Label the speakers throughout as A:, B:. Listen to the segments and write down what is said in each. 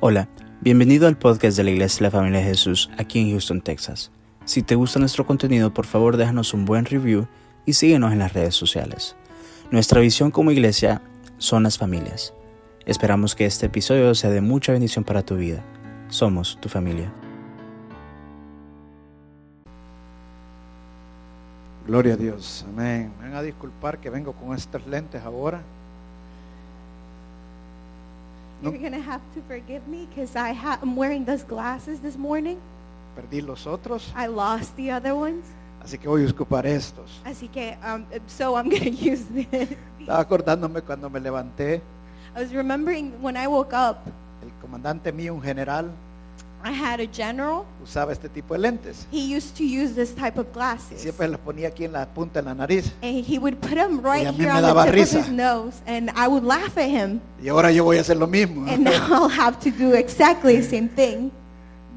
A: Hola, bienvenido al podcast de la Iglesia de la Familia de Jesús aquí en Houston, Texas. Si te gusta nuestro contenido, por favor déjanos un buen review y síguenos en las redes sociales. Nuestra visión como iglesia son las familias. Esperamos que este episodio sea de mucha bendición para tu vida. Somos tu familia.
B: Gloria a Dios, amén. Me van a disculpar que vengo con estas lentes ahora. No.
C: You're gonna have to forgive me because I ha- I'm wearing those glasses this morning.
B: Perdí los otros,
C: I lost the other ones,
B: así que voy a ocupar estos.
C: así que um, so I'm gonna use this.
B: Estaba acordándome cuando me levanté,
C: I was remembering when I woke up,
B: el comandante mío, un general,
C: I had a general.
B: usaba este tipo de lentes.
C: He used to use this type of
B: Y
C: glasses,
B: siempre los ponía aquí en la punta de la nariz.
C: and he would put them
B: Y
C: right
B: a mí
C: here
B: me
C: on the
B: daba
C: tip
B: risa.
C: of his nose, and I would laugh at him.
B: Y ahora yo voy a hacer lo mismo.
C: And now I'll have to do exactly the same thing.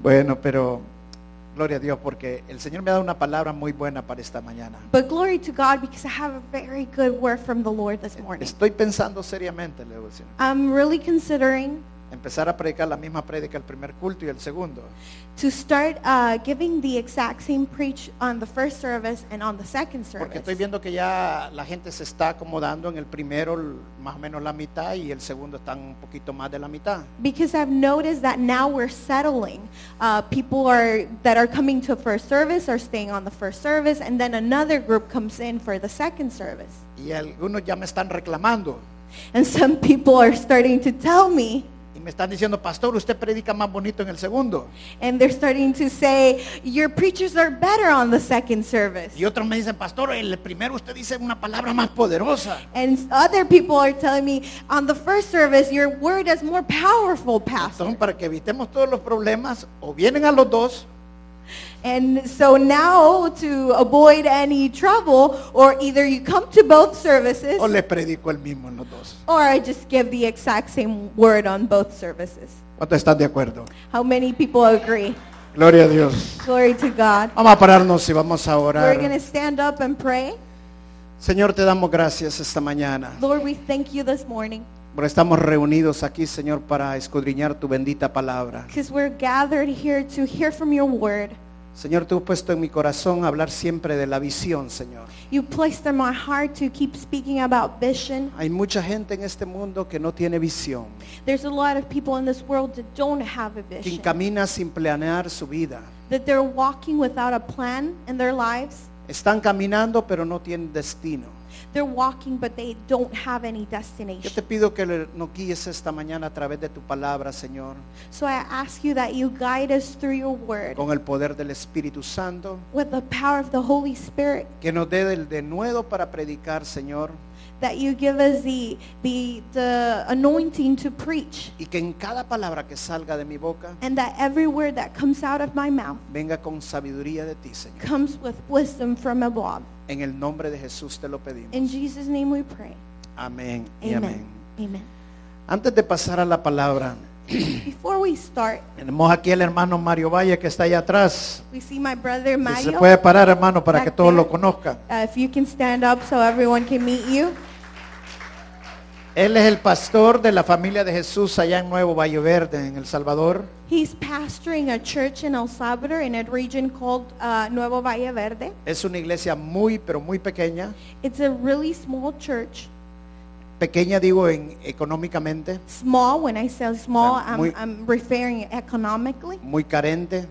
B: Bueno, pero gloria a Dios porque el Señor me ha dado una palabra muy buena para esta mañana.
C: But glory to God because I have a very good word from the Lord this morning.
B: Estoy pensando seriamente, le digo al Señor,
C: I'm really considering
B: empezar a predicar la misma prédica el primer culto y el segundo.
C: to start uh, giving the exact same preach on the first service and on the second
B: Porque estoy
C: service.
B: viendo que ya la gente se está acomodando en el primero l- más o menos la mitad y el segundo están un poquito más de la mitad.
C: Because I've noticed that now we're settling. Uh, people are that are coming to first service are staying on the first service, and then another group comes in for the second service.
B: Y algunos ya me están reclamando
C: And some people are starting to tell me,
B: y me están diciendo, pastor, usted predica más bonito en el segundo.
C: and they're starting to say, your preachers are better on the second service.
B: Y otros me dicen, pastor, en el primero usted dice una palabra más poderosa.
C: And other people are telling me, on the first service, your word is more powerful, Pastor.
B: Entonces, para que evitemos todos los problemas, o vienen a los dos,
C: And so now to avoid any trouble, or either you come to both services,
B: o les predico el mismo en los dos.
C: or I just give the exact same word on both services.
B: ¿Cuántos están de acuerdo?
C: How many people agree?
B: Gloria a Dios.
C: Glory to God.
B: Vamos a pararnos y vamos a
C: We're going to
B: orar.
C: stand up and pray.
B: Señor, te damos gracias esta mañana.
C: Lord, we thank you this morning
B: Pero estamos reunidos aquí, Señor, para escudriñar tu bendita palabra.
C: because we're gathered here to hear from your word.
B: Señor, tú has puesto en mi corazón hablar siempre de la visión, Señor.
C: You placed in my heart to keep speaking about vision.
B: Hay mucha gente en este mundo que no tiene visión,
C: There's a lot of people in this world that don't have a
B: quien
C: vision,
B: camina sin planear su vida.
C: that they're walking without a plan in their lives.
B: Están caminando pero no tienen destino.
C: They're walking, but they don't have any
B: Yo te
C: destination.
B: pido que le- nos guíes esta mañana a través de tu palabra, Señor,
C: So I ask you that you guide us through your word
B: con el poder del Espíritu Santo,
C: with the power of the Holy Spirit,
B: que nos dé el denuedo para predicar, Señor,
C: that you give us the, the, the anointing to preach,
B: y que en cada palabra que salga de mi boca
C: and that every word that comes out of my mouth
B: venga con sabiduría de ti, Señor.
C: comes with wisdom from above.
B: En el nombre de Jesús te lo pedimos.
C: In Jesus' name we pray.
B: Amén y amén.
C: Amen. Amen.
B: Antes de pasar a la palabra,
C: Before we start,
B: tenemos aquí al hermano Mario Valle que está allá atrás.
C: we see my brother
B: Si se
C: Mario.
B: puede parar, hermano, para que
C: Back
B: todos
C: there.
B: lo conozcan.
C: Uh, if you can stand up so everyone can meet you.
B: Él es el pastor de la familia de Jesús allá en Nuevo Valle Verde, en El Salvador.
C: He's pastoring a church in El Salvador in a region called uh, Nuevo Valle Verde.
B: Es una iglesia muy, pero muy pequeña.
C: It's a really small church.
B: Pequeña digo en económicamente,
C: Small, when I say small,
B: Está muy-
C: I'm, I'm referring economically.
B: muy carente.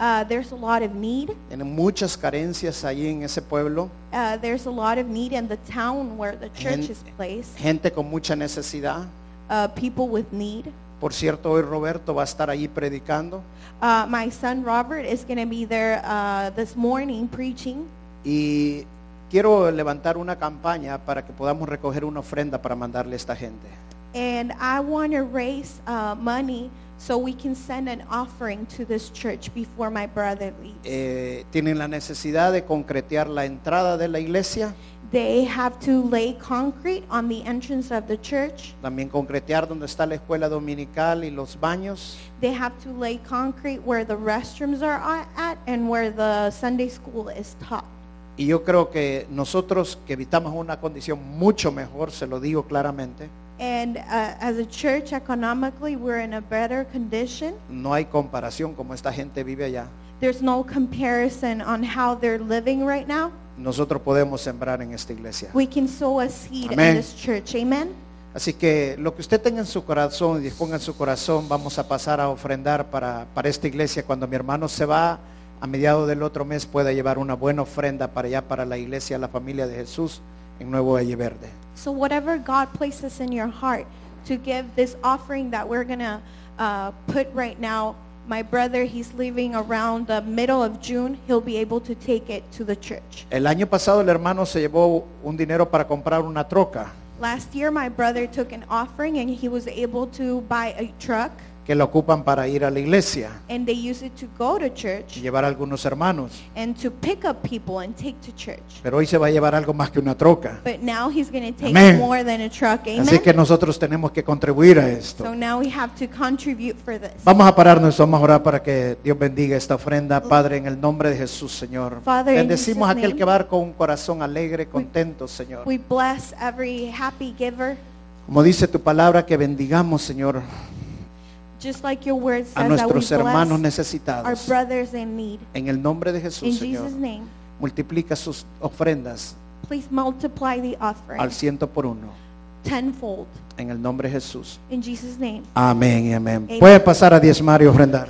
C: Uh, there's a lot of need.
B: Tiene muchas carencias allí en ese pueblo.
C: Uh, there's a lot of need in the town where the church
B: Gen-
C: is placed.
B: Gente con mucha necesidad.
C: Uh, people with need.
B: Por cierto, hoy Roberto va a estar allí predicando.
C: Uh, my son Robert is going to be there uh, this morning preaching.
B: Y quiero levantar una campaña para que podamos recoger una ofrenda para mandarle a esta gente.
C: And I want to raise uh, money so we can send an offering to this church before my brother leaves.
B: Eh, tienen la necesidad de concretear la entrada de la iglesia,
C: They have to lay concrete on the entrance of the church.
B: también concretear donde está la escuela dominical y los baños,
C: They have to lay concrete where the restrooms are a- at and where the Sunday school is taught.
B: y yo creo que nosotros que evitamos una condición mucho mejor, se lo digo claramente,
C: And uh, as a church, economically, we're in a better condition.
B: No hay comparación como esta gente vive allá.
C: There's no comparison on how they're living right now.
B: Nosotros podemos sembrar en esta iglesia.
C: We can sow a seed
B: Amén.
C: in this church. Amen.
B: Así que lo que usted tenga en su corazón y disponga en su corazón, vamos a pasar a ofrendar para, para esta iglesia. Cuando mi hermano se va a mediados del otro mes, pueda llevar una buena ofrenda para allá, para la iglesia, la familia de Jesús en Nuevo Valle Verde.
C: So whatever God places in your heart to give this offering that we're going to uh, put right now, my brother, he's leaving around the middle of June. He'll be able to take it to the church.
B: El año pasado el hermano se llevó un dinero para comprar una troca,
C: Last year, my brother took an offering and he was able to buy a truck
B: que la ocupan para ir a la iglesia
C: and they use it to go to church
B: y llevar a algunos hermanos.
C: and to pick up people and take to church.
B: Pero hoy se va a llevar algo más que una troca.
C: But now he's going to take
B: Amén.
C: more than a truck.
B: Así
C: Amen.
B: que nosotros tenemos que contribuir a esto.
C: So now we have to contribute for this.
B: Vamos a pararnos, vamos a orar para que Dios bendiga esta ofrenda, Padre, en el nombre de Jesús, Señor.
C: Father, in
B: Bendecimos a
C: Jesus'
B: aquel
C: name.
B: que va con un corazón alegre, contento, Señor.
C: We bless every happy giver,
B: Como dice tu palabra, que bendigamos, Señor,
C: just like your word
B: a
C: says that we
B: nuestros hermanos
C: bless our
B: necesitados.
C: brothers in need.
B: En el nombre de
C: In
B: Jesús, Señor,
C: Jesus' name,
B: multiplica sus ofrendas
C: please multiply the
B: al
C: offering
B: ciento por uno.
C: tenfold.
B: En el nombre de Jesús.
C: In Jesus' name.
B: Amén y amén.
C: Amén.
B: Puede pasar a diezmar y ofrendar.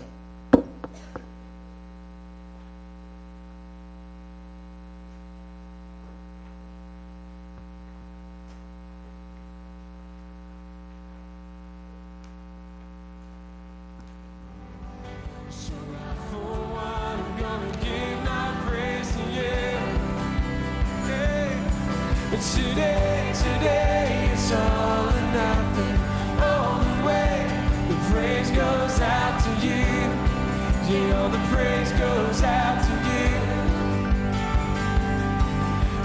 D: Today, today, it's all or nothing. All the way, the praise goes out to you. Yeah, all the praise goes out to you.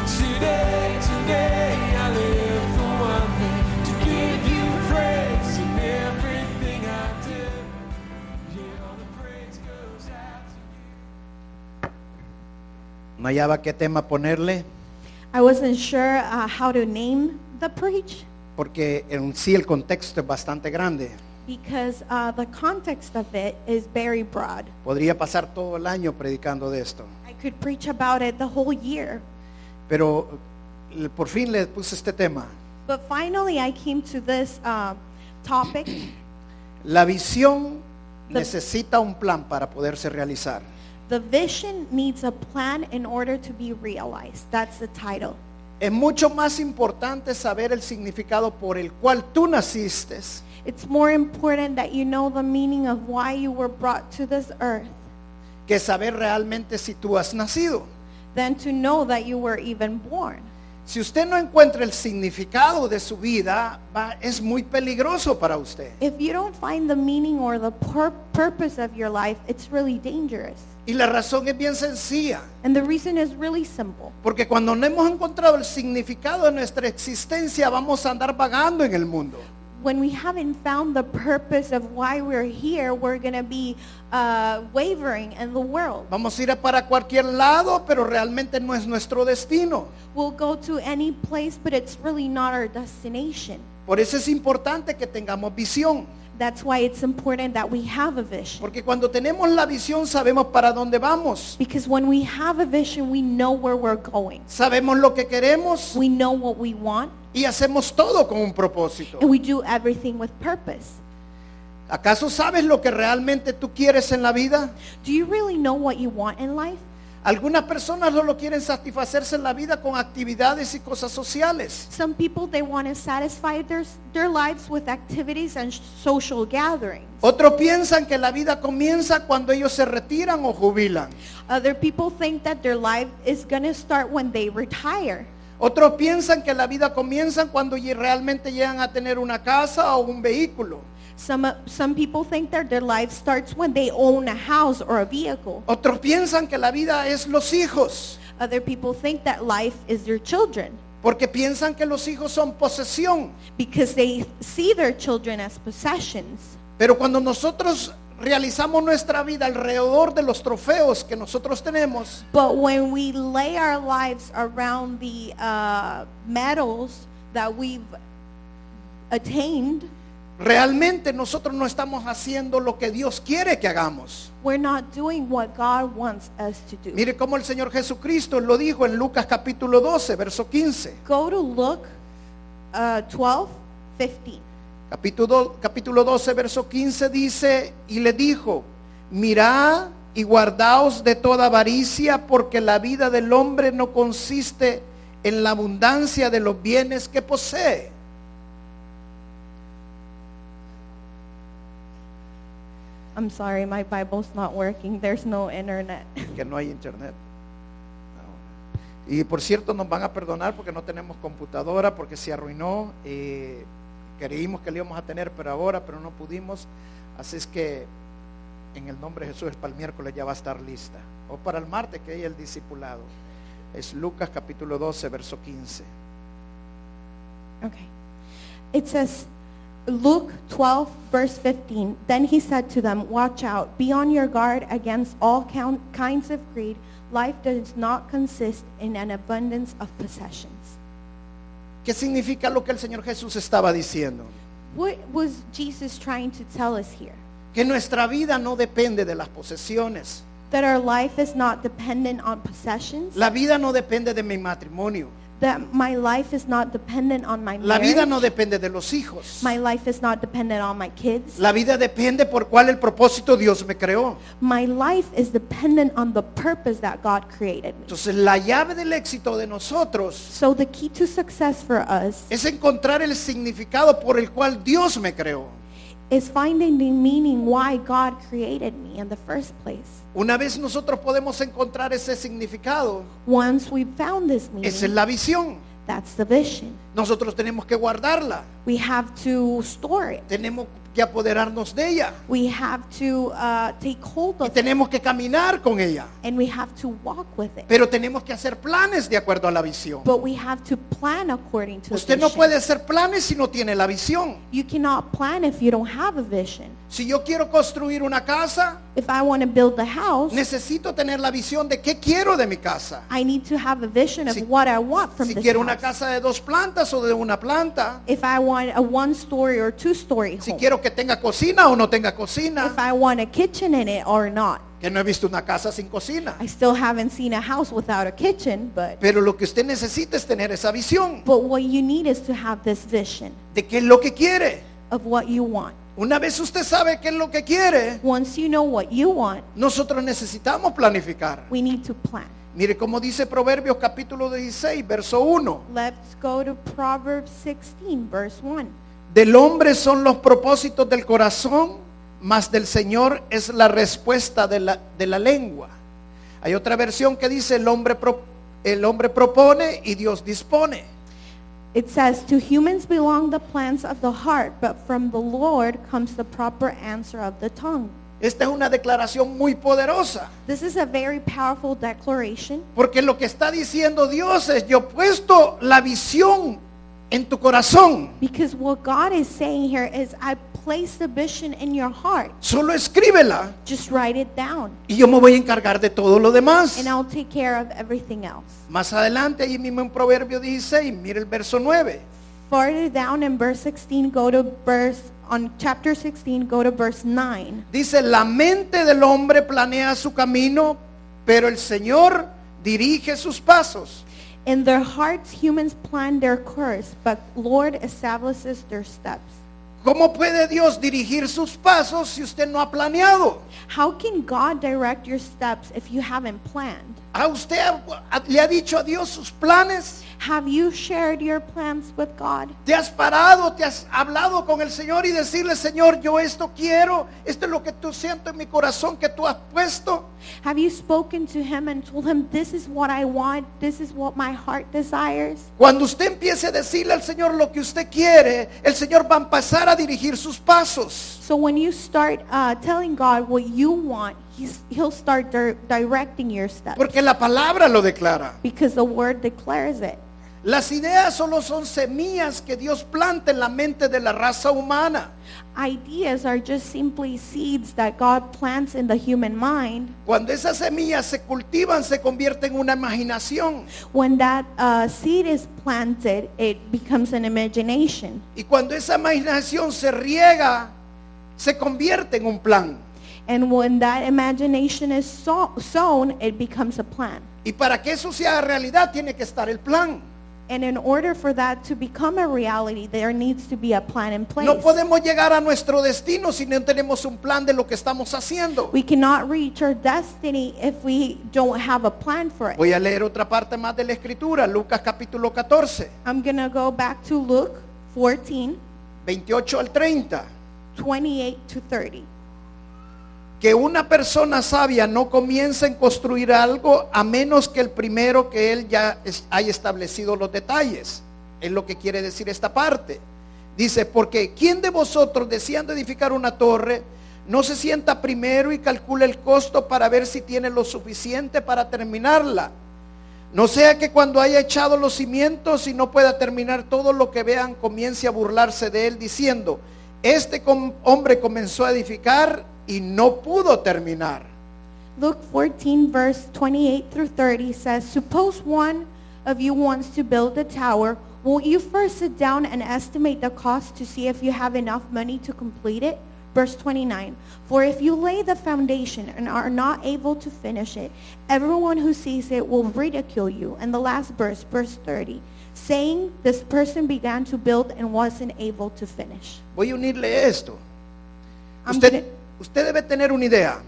D: Today, today, I live for one thing to give you praise in everything I do. Yeah, all the praise goes out to you.
B: No hallaba qué tema ponerle,
C: I wasn't sure uh, how to name the preach
B: porque en sí el contexto es bastante grande.
C: because uh, the context of it is very broad.
B: Podría pasar todo el año predicando de esto.
C: I could preach about it the whole year.
B: Pero eh, por fin le puse este tema.
C: But finally, I came to this uh, topic.
B: La visión
C: The-
B: necesita un plan para poderse realizar.
C: The vision needs a plan in order to be realized. That's the title.
B: Es mucho más importante saber el significado por el cual tú naciste
C: It's more important that you know the meaning of why you were brought to this earth
B: que saber realmente si tú has nacido.
C: than to know that you were even born.
B: Si usted no encuentra el significado de su vida, va- es muy peligroso para usted.
C: If you don't find the meaning or the pur- purpose of your life, it's really dangerous.
B: Y la razón es bien sencilla,
C: And the reason is really simple.
B: porque cuando no hemos encontrado el significado de nuestra existencia, vamos a andar vagando en el mundo.
C: When we haven't found the purpose of why we're here, we're going to be uh, wavering in the world.
B: Vamos a ir a para cualquier lado, pero realmente no es nuestro destino.
C: We'll go to any place, but it's really not our destination.
B: Por eso es importante que tengamos visión,
C: That's why it's important that we have a vision.
B: porque cuando tenemos la visión sabemos para dónde vamos,
C: Because when we have a vision, we know where we're going.
B: sabemos lo que queremos
C: We know what we want,
B: y hacemos todo con un propósito.
C: and we do everything with purpose.
B: ¿Acaso sabes lo que realmente tú quieres en la vida?
C: Do you really know what you want in life?
B: Algunas personas solo quieren satisfacerse en la vida con actividades y cosas sociales.
C: Some people, they want to satisfy their, their lives with activities and social gatherings.
B: Otros piensan que la vida comienza cuando ellos se retiran o jubilan.
C: Other people think that their life is going to start when they retire.
B: Otros piensan que la vida comienza cuando ye- realmente llegan a tener una casa o un vehículo.
C: Some, uh, some people think that their life starts when they own a house or a vehicle.
B: Otros piensan que la vida es los hijos,
C: Other people think that life is their children
B: porque piensan que los hijos son posesión.
C: because they see their children as possessions.
B: Pero cuando nosotros realizamos nuestra vida alrededor de los trofeos que nosotros tenemos,
C: But when we lay our lives around the uh, medals that we've attained,
B: Realmente nosotros no estamos haciendo lo que Dios quiere que hagamos.
C: we're not doing what God wants us to do.
B: Mire cómo el Señor Jesucristo lo dijo en Lucas capítulo 12, verso 15.
C: Go to Luke uh, 12, 15.
B: Capítulo, capítulo 12, verso 15 dice, y le dijo, mirad y guardaos de toda avaricia, porque la vida del hombre no consiste en la abundancia de los bienes que posee.
C: I'm sorry, my Bible's not working. There's no internet.
B: Que no hay internet. Y por cierto, nos van a perdonar porque no tenemos computadora, porque se arruinó. eh, creímos que le íbamos a tener, pero ahora, pero no pudimos. Así es que en el nombre de Jesús, para el miércoles ya va a estar lista. O para el martes, que hay el discipulado. Es Lucas capítulo 12, verso 15.
C: Okay. It says, Luke 12, verse 15. Then he said to them, Watch out, be on your guard against all count- kinds of greed. Life does not consist in an abundance of possessions.
B: ¿Qué significa lo que el Señor Jesús estaba diciendo?
C: What was Jesus trying to tell us here?
B: Que nuestra vida no depende de las posesiones.
C: That our life is not dependent on possessions.
B: La vida no depende de mi matrimonio.
C: that my life is not dependent on my
B: La vida no
C: marriage.
B: depende de los hijos.
C: My life is not dependent on my kids.
B: La vida depende por cuál el propósito Dios me creó.
C: My life is dependent on the purpose that God created me.
B: Entonces la llave del éxito de nosotros
C: So the key to success for us
B: es encontrar el significado por el cual Dios me creó.
C: is finding the meaning why God created me in the first place.
B: Una vez nosotros podemos encontrar ese significado,
C: Once we've found this
B: esa es
C: meaning,
B: la visión.
C: that's the vision.
B: Nosotros tenemos que guardarla,
C: We have to store it.
B: tenemos que apoderarnos de ella
C: We have to uh, take hold
B: y
C: of it.
B: tenemos que caminar con ella.
C: And we have to walk with it.
B: Pero tenemos que hacer planes de acuerdo a la visión.
C: But we have to plan according to the
B: Usted no
C: vision.
B: puede hacer planes si no tiene la visión.
C: You cannot plan if you don't have a vision.
B: Si yo quiero construir una casa,
C: If I want to build a house,
B: necesito tener la visión de qué quiero de mi casa.
C: I need to have a vision of
B: Si-
C: what I want from
B: Si
C: this
B: quiero una
C: house.
B: casa de dos plantas o de una planta.
C: If I want a one-story or two-story
B: Si
C: home.
B: quiero que tenga cocina o no tenga
C: If
B: cocina.
C: I want a kitchen in it or not.
B: Que no he visto una casa sin cocina.
C: I still haven't seen a house without a kitchen, but
B: Pero lo que usted necesita es tener esa visión
C: but what you need is to have this vision
B: de qué es lo que quiere.
C: of what you want.
B: Una vez usted sabe qué es lo que quiere,
C: Once you know what you want,
B: nosotros necesitamos planificar.
C: we need to plan.
B: Mire cómo dice Proverbios capítulo 16, verso 1.
C: Let's go to Proverbs 16 verse 1.
B: Del hombre son los propósitos del corazón, mas del Señor es la respuesta de la, de la lengua. Hay otra versión que dice, el hombre, pro- el hombre propone y Dios dispone.
C: It says, To humans belong the plans of the heart, but from the Lord comes the proper answer of the tongue.
B: Esta es una declaración muy poderosa,
C: This is a very powerful declaration
B: porque lo que está diciendo Dios es, yo he puesto la visión en tu corazón,
C: because what God is saying here is, I place the vision in your heart.
B: solo escríbela
C: Just write it down,
B: y yo me voy a encargar de todo lo demás.
C: and I'll take care of everything else.
B: Más adelante, allí mismo en Proverbio 16, mire el verso 9.
C: Farther down in verse 16, go to verse, on chapter 16, go to verse 9.
B: Dice, la mente del hombre planea su camino, pero el Señor dirige sus pasos.
C: In their hearts, humans plan their course, but Lord establishes their steps.
B: ¿Cómo puede Dios dirigir sus pasos si usted no ha planeado?
C: How can God direct your steps if you haven't planned?
B: ¿A usted ha- ha- le ha dicho a Dios sus planes?
C: Have you shared your plans with God?
B: ¿Te has parado, te has hablado con el Señor y decirle, Señor, yo esto quiero, esto es lo que tú siento en mi corazón que tú has puesto?
C: Have you spoken to Him and told Him, This is what I want, this is what my heart desires?
B: Cuando usted empiece a decirle al Señor lo que usted quiere, el Señor va a empezar a dirigir sus pasos.
C: So when you start uh, telling God what you want, he's, He'll start dir- directing your steps
B: Porque la palabra lo declara.
C: because the Word declares it.
B: Las ideas solo son semillas que Dios planta en la mente de la raza humana.
C: Ideas are just simply seeds that God plants in the human mind.
B: Cuando esas semillas se cultivan, se convierten en una imaginación.
C: When that uh, seed is planted, it becomes an imagination.
B: Y cuando esa imaginación se riega, se convierte en un plan.
C: And when that imagination is so- sown, it becomes a plan.
B: Y para que eso sea realidad, tiene que estar el plan.
C: And in order for that to become a reality, there needs to be a plan in place.
B: No podemos llegar a nuestro destino si no tenemos un plan de lo que estamos haciendo.
C: We cannot reach our destiny if we don't have a plan for it.
B: Voy a leer otra parte más de la escritura, Lucas capítulo 14,
C: I'm going to go back to Luke 14,
B: 28 al 30.
C: 28 to 30.
B: Que una persona sabia no comienza en construir algo a menos que el primero que él ya es- haya establecido los detalles. Es lo que quiere decir esta parte. Dice, porque ¿quién de vosotros deseando edificar una torre no se sienta primero y calcula el costo para ver si tiene lo suficiente para terminarla? No sea que cuando haya echado los cimientos y no pueda terminar todo lo que vean, comience a burlarse de él diciendo, este com- hombre comenzó a edificar y no pudo terminar.
C: Luke 14, verse 28 through 30 says, Suppose one of you wants to build a tower. Won't you first sit down and estimate the cost to see if you have enough money to complete it? Verse 29, For if you lay the foundation and are not able to finish it, everyone who sees it will ridicule you. And the last verse, verse 30, saying, This person began to build and wasn't able to finish.
B: Voy a unirle esto.
C: I'm
B: Usted,
C: gonna-
B: usted debe tener una idea,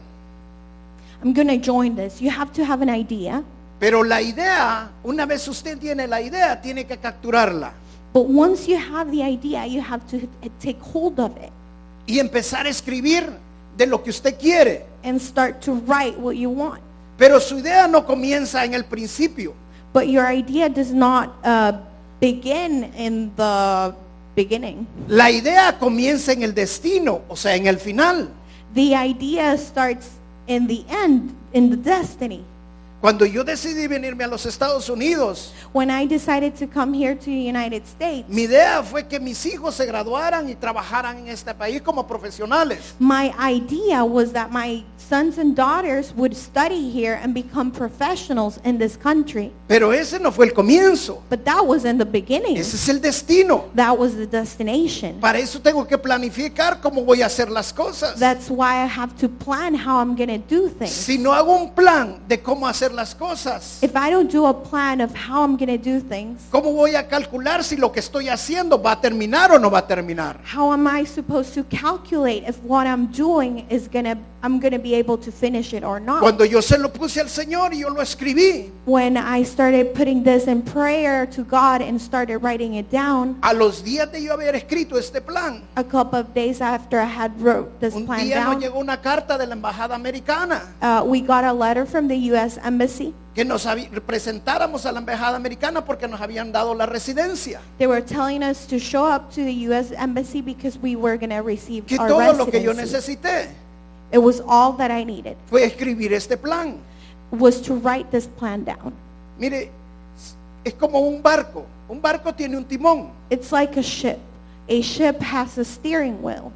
C: I'm going to join this. You have to have an idea.
B: pero la idea, una vez usted tiene la idea, tiene que capturarla
C: But once you have the idea, you have to h- take hold of it
B: y empezar a escribir de lo que usted quiere.
C: and start to write what you want.
B: Pero su idea no comienza en el principio.
C: But your idea does not uh, begin in the beginning.
B: La idea comienza en el destino, o sea, en el final.
C: The idea starts in the end, in the destiny.
B: Cuando yo decidí venirme a los Estados Unidos,
C: When I decided to come here to the United States,
B: mi idea fue que mis hijos se graduaran y trabajaran en este país como profesionales.
C: my idea was that my sons and daughters would study here and become professionals in this country.
B: Pero ese no fue el comienzo,
C: But that was in the beginning.
B: ese es el destino.
C: That was the destination.
B: Para eso tengo que planificar cómo voy a hacer las cosas.
C: That's why I have to plan how I'm going to do things.
B: Si no hago un plan de cómo hacer las cosas,
C: If I don't do a plan of how I'm going to do things,
B: ¿cómo voy a calcular si lo que estoy haciendo va a terminar o no va a terminar?
C: how am I supposed to calculate if what I'm doing is going to I'm going to be able to finish it or not?
B: Cuando yo se lo puse al Señor y yo lo escribí,
C: When I started putting this in prayer to God and started writing it down,
B: a los días de yo haber escrito este plan,
C: a couple of days after I had wrote this
B: Un
C: plan
B: día nos
C: down,
B: llegó una carta de la embajada americana
C: uh, we got a letter from the U.S. Embassy.
B: que nos habi- presentáramos a la embajada americana porque nos habían dado la residencia.
C: They were telling us to show up to the U.S. Embassy because we were going to receive
B: Que
C: our
B: todo lo que yo
C: residency.
B: necesité
C: It was all that I needed
B: fue escribir este plan.
C: was to write this plan down.
B: Mire, es como un barco. Un barco tiene un timón,
C: It's like a ship. A ship has a steering wheel.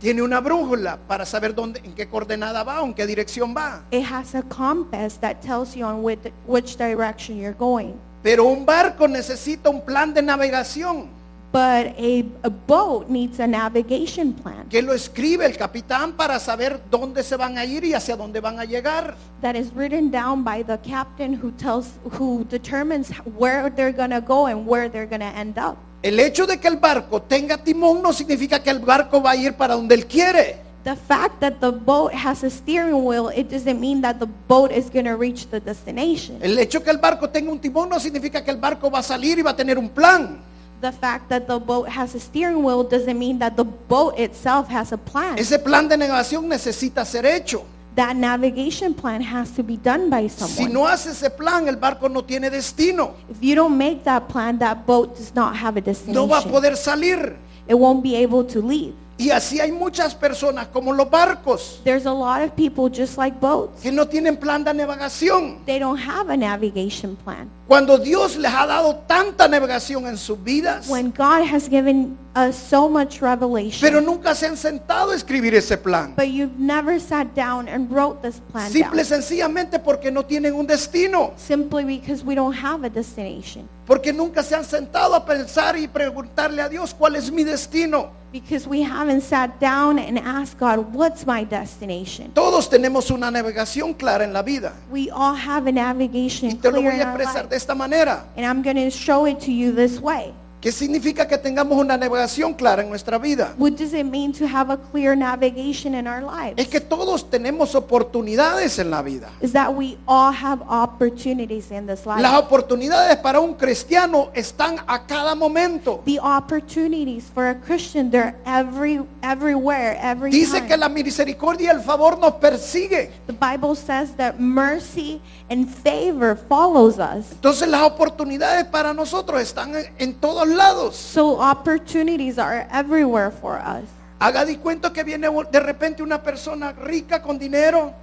B: tiene una brújula para saber dónde, en qué coordenada va, o en qué dirección va.
C: It has a compass that tells you on which, which direction you're going.
B: Pero un barco necesita un plan de navegación
C: But a, a boat needs a navigation plan
B: que lo escribe el capitán para saber dónde se van a ir y hacia dónde van a llegar.
C: that is written down by the captain who tells who determines where they're going to go and where they're going to end up.
B: El hecho de que el barco tenga timón no significa que el barco va a ir para donde él quiere.
C: The fact that the boat has a steering wheel, it doesn't mean that the boat is going to reach the destination.
B: El hecho que el barco tenga un timón no significa que el barco va a salir y va a tener un plan.
C: The fact that the boat has a steering wheel doesn't mean that the boat itself has a plan.
B: Ese plan de navegación necesita ser hecho.
C: that navigation plan has to be done by
B: Si
C: someone.
B: no hace ese plan, el barco no tiene destino.
C: if you don't make that plan, that boat does not have a destination.
B: No va a poder salir.
C: It won't be able to leave.
B: Y así hay muchas personas, como los barcos,
C: There's a lot of people just like boats.
B: que no tienen plan de navegación.
C: They don't have a navigation plan.
B: Cuando Dios les ha dado tanta navegación en sus vidas,
C: When God has given us so much revelation,
B: pero nunca se han sentado a escribir ese plan.
C: but you've never sat down and wrote this plan
B: Simple y
C: down.
B: sencillamente porque no tienen un destino.
C: Simply because we don't have a destination.
B: Porque nunca se han sentado a pensar y preguntarle a Dios cuál es mi destino.
C: Because we haven't sat down and asked God, what's my destination?
B: Todos tenemos una navegación clara en la vida.
C: We all have a
B: Y
C: navigation
B: te lo
C: clear
B: voy
C: in
B: a
C: our
B: expresar de
C: life.
B: esta manera.
C: And I'm going to show it to you this way.
B: ¿Qué significa que tengamos una navegación clara en nuestra vida?
C: What does it mean to have a clear navigation in our lives?
B: Es que todos tenemos oportunidades en la vida.
C: Is that we all have opportunities in this life.
B: Las oportunidades para un cristiano están a cada momento.
C: the opportunities for a Christian, they're every, everywhere, every
B: Dice
C: time.
B: que la misericordia y el favor nos persigue.
C: the Bible says that mercy and favor follows us.
B: Entonces las oportunidades para nosotros están en, en todos lados.
C: So opportunities are everywhere for us.
B: Haga de cuenta que viene de repente una persona rica con dinero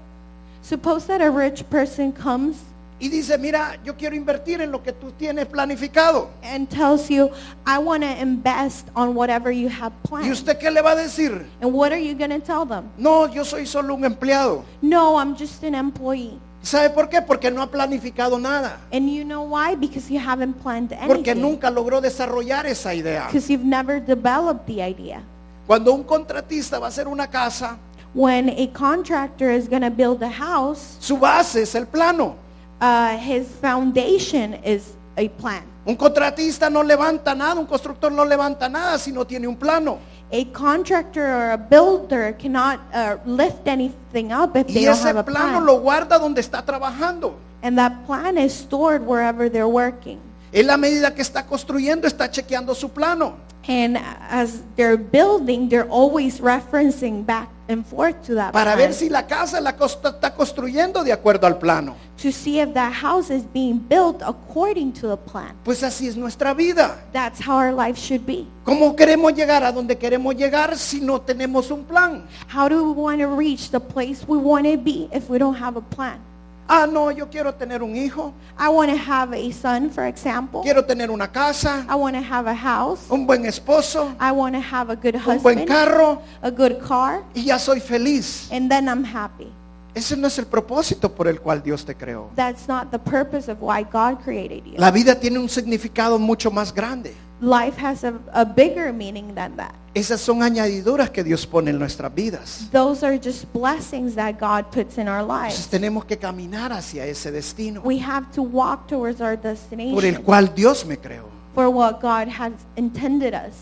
C: Suppose that a rich person comes
B: y dice, mira, yo quiero invertir en lo que tú tienes planificado.
C: and tells you, I want to invest on whatever you have
B: ¿Y
C: planned.
B: usted qué le va a decir?
C: and what are you going to tell them?
B: No, yo soy solo un empleado.
C: No, I'm just an employee.
B: ¿Sabe por qué? Porque no ha planificado nada.
C: And you know why? Because you haven't planned
B: Porque
C: anything.
B: nunca logró desarrollar esa idea.
C: Because you've never developed the idea.
B: Cuando un contratista va a hacer una casa,
C: When a contractor is going to build a house,
B: su base es el plano.
C: uh, his foundation is a plan.
B: Un contratista no levanta nada, un constructor no levanta nada si no tiene un plano.
C: A contractor or a builder cannot uh, lift anything up if they
B: Y
C: don't have
B: ese
C: a
B: plano
C: plan.
B: lo guarda donde está trabajando.
C: and that plan is stored wherever they're working.
B: En la medida que está construyendo, está chequeando su plano.
C: And as they're building, they're always referencing back and forth to that
B: Para
C: plan
B: ver si la casa la cos- está construyendo de acuerdo al plano.
C: to see if that house is being built according to the plan.
B: Pues así es nuestra vida.
C: That's how our life should be.
B: ¿Cómo queremos llegar a donde queremos llegar si no tenemos un plan?
C: How do we want to reach the place we want to be if we don't have a plan?
B: Ah, no, yo quiero tener un hijo,
C: I want to have a son, for example.
B: quiero tener una casa,
C: I want to have a house.
B: un buen esposo,
C: I want to have a good
B: un buen
C: husband,
B: carro
C: a good car,
B: y ya soy feliz.
C: and then I'm happy.
B: Ese no es el propósito por el cual Dios te creó.
C: That's not the purpose of why God created you.
B: La vida tiene un significado mucho más grande.
C: Life has a, a bigger meaning than that.
B: Esas son añadiduras que Dios pone en nuestras vidas.
C: Those are just blessings that God puts in our
B: Entonces
C: lives.
B: tenemos que caminar hacia ese destino
C: We have to walk towards our
B: por el
C: destination
B: cual Dios me creó.
C: for what God has intended us.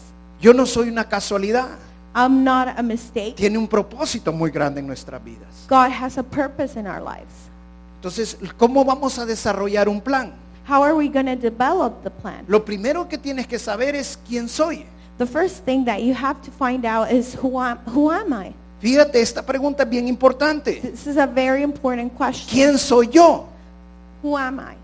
B: Yo no soy una casualidad.
C: I'm not a mistake.
B: Tiene un propósito muy grande en nuestras vidas.
C: God has a purpose in our lives.
B: Entonces, ¿cómo vamos a desarrollar un plan?
C: How are we going to develop the plan?
B: Lo primero que tienes que saber es quién soy.
C: The first thing that you have to find out is who am, who am I?
B: Fíjate, esta pregunta es bien importante.
C: This is a very important question.
B: ¿Quién soy yo?
C: Who am I?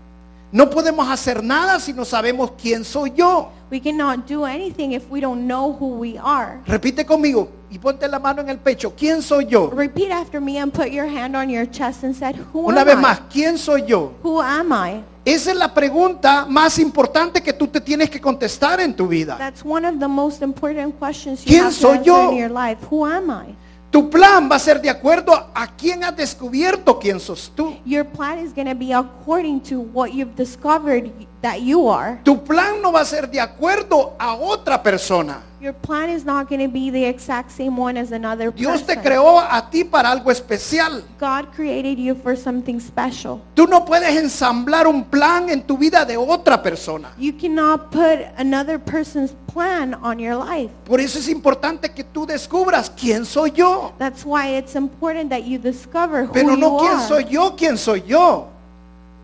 B: No podemos hacer nada si no sabemos quién soy yo.
C: We cannot do anything if we don't know who we are.
B: Repite conmigo y ponte la mano en el pecho. ¿Quién soy yo?
C: Repeat after me and put your hand on your chest and said, Who
B: Una
C: am
B: vez
C: I?
B: más, ¿quién soy yo?
C: Who am I?
B: Esa es la pregunta más importante que tú te tienes que contestar en tu vida.
C: That's one of the most important questions you
B: ¿Quién
C: have to
B: soy
C: answer
B: yo?
C: in your life. Who am I?
B: Tu plan va a ser de acuerdo a quién has descubierto quién sos tú.
C: Your plan is going to be according to what you've discovered that you are.
B: Tu plan no va a ser de acuerdo a otra persona.
C: Your plan is not going to be the exact same one as another
B: Dios te
C: person.
B: creó a ti para algo especial.
C: God created you for something special.
B: Tú no puedes ensamblar un plan en tu vida de otra persona.
C: You cannot put another person's plan on your life.
B: Por eso es importante que tú descubras quién soy yo.
C: That's why it's important that you discover who
B: Pero
C: you
B: no quién
C: are.
B: soy yo, quién soy yo,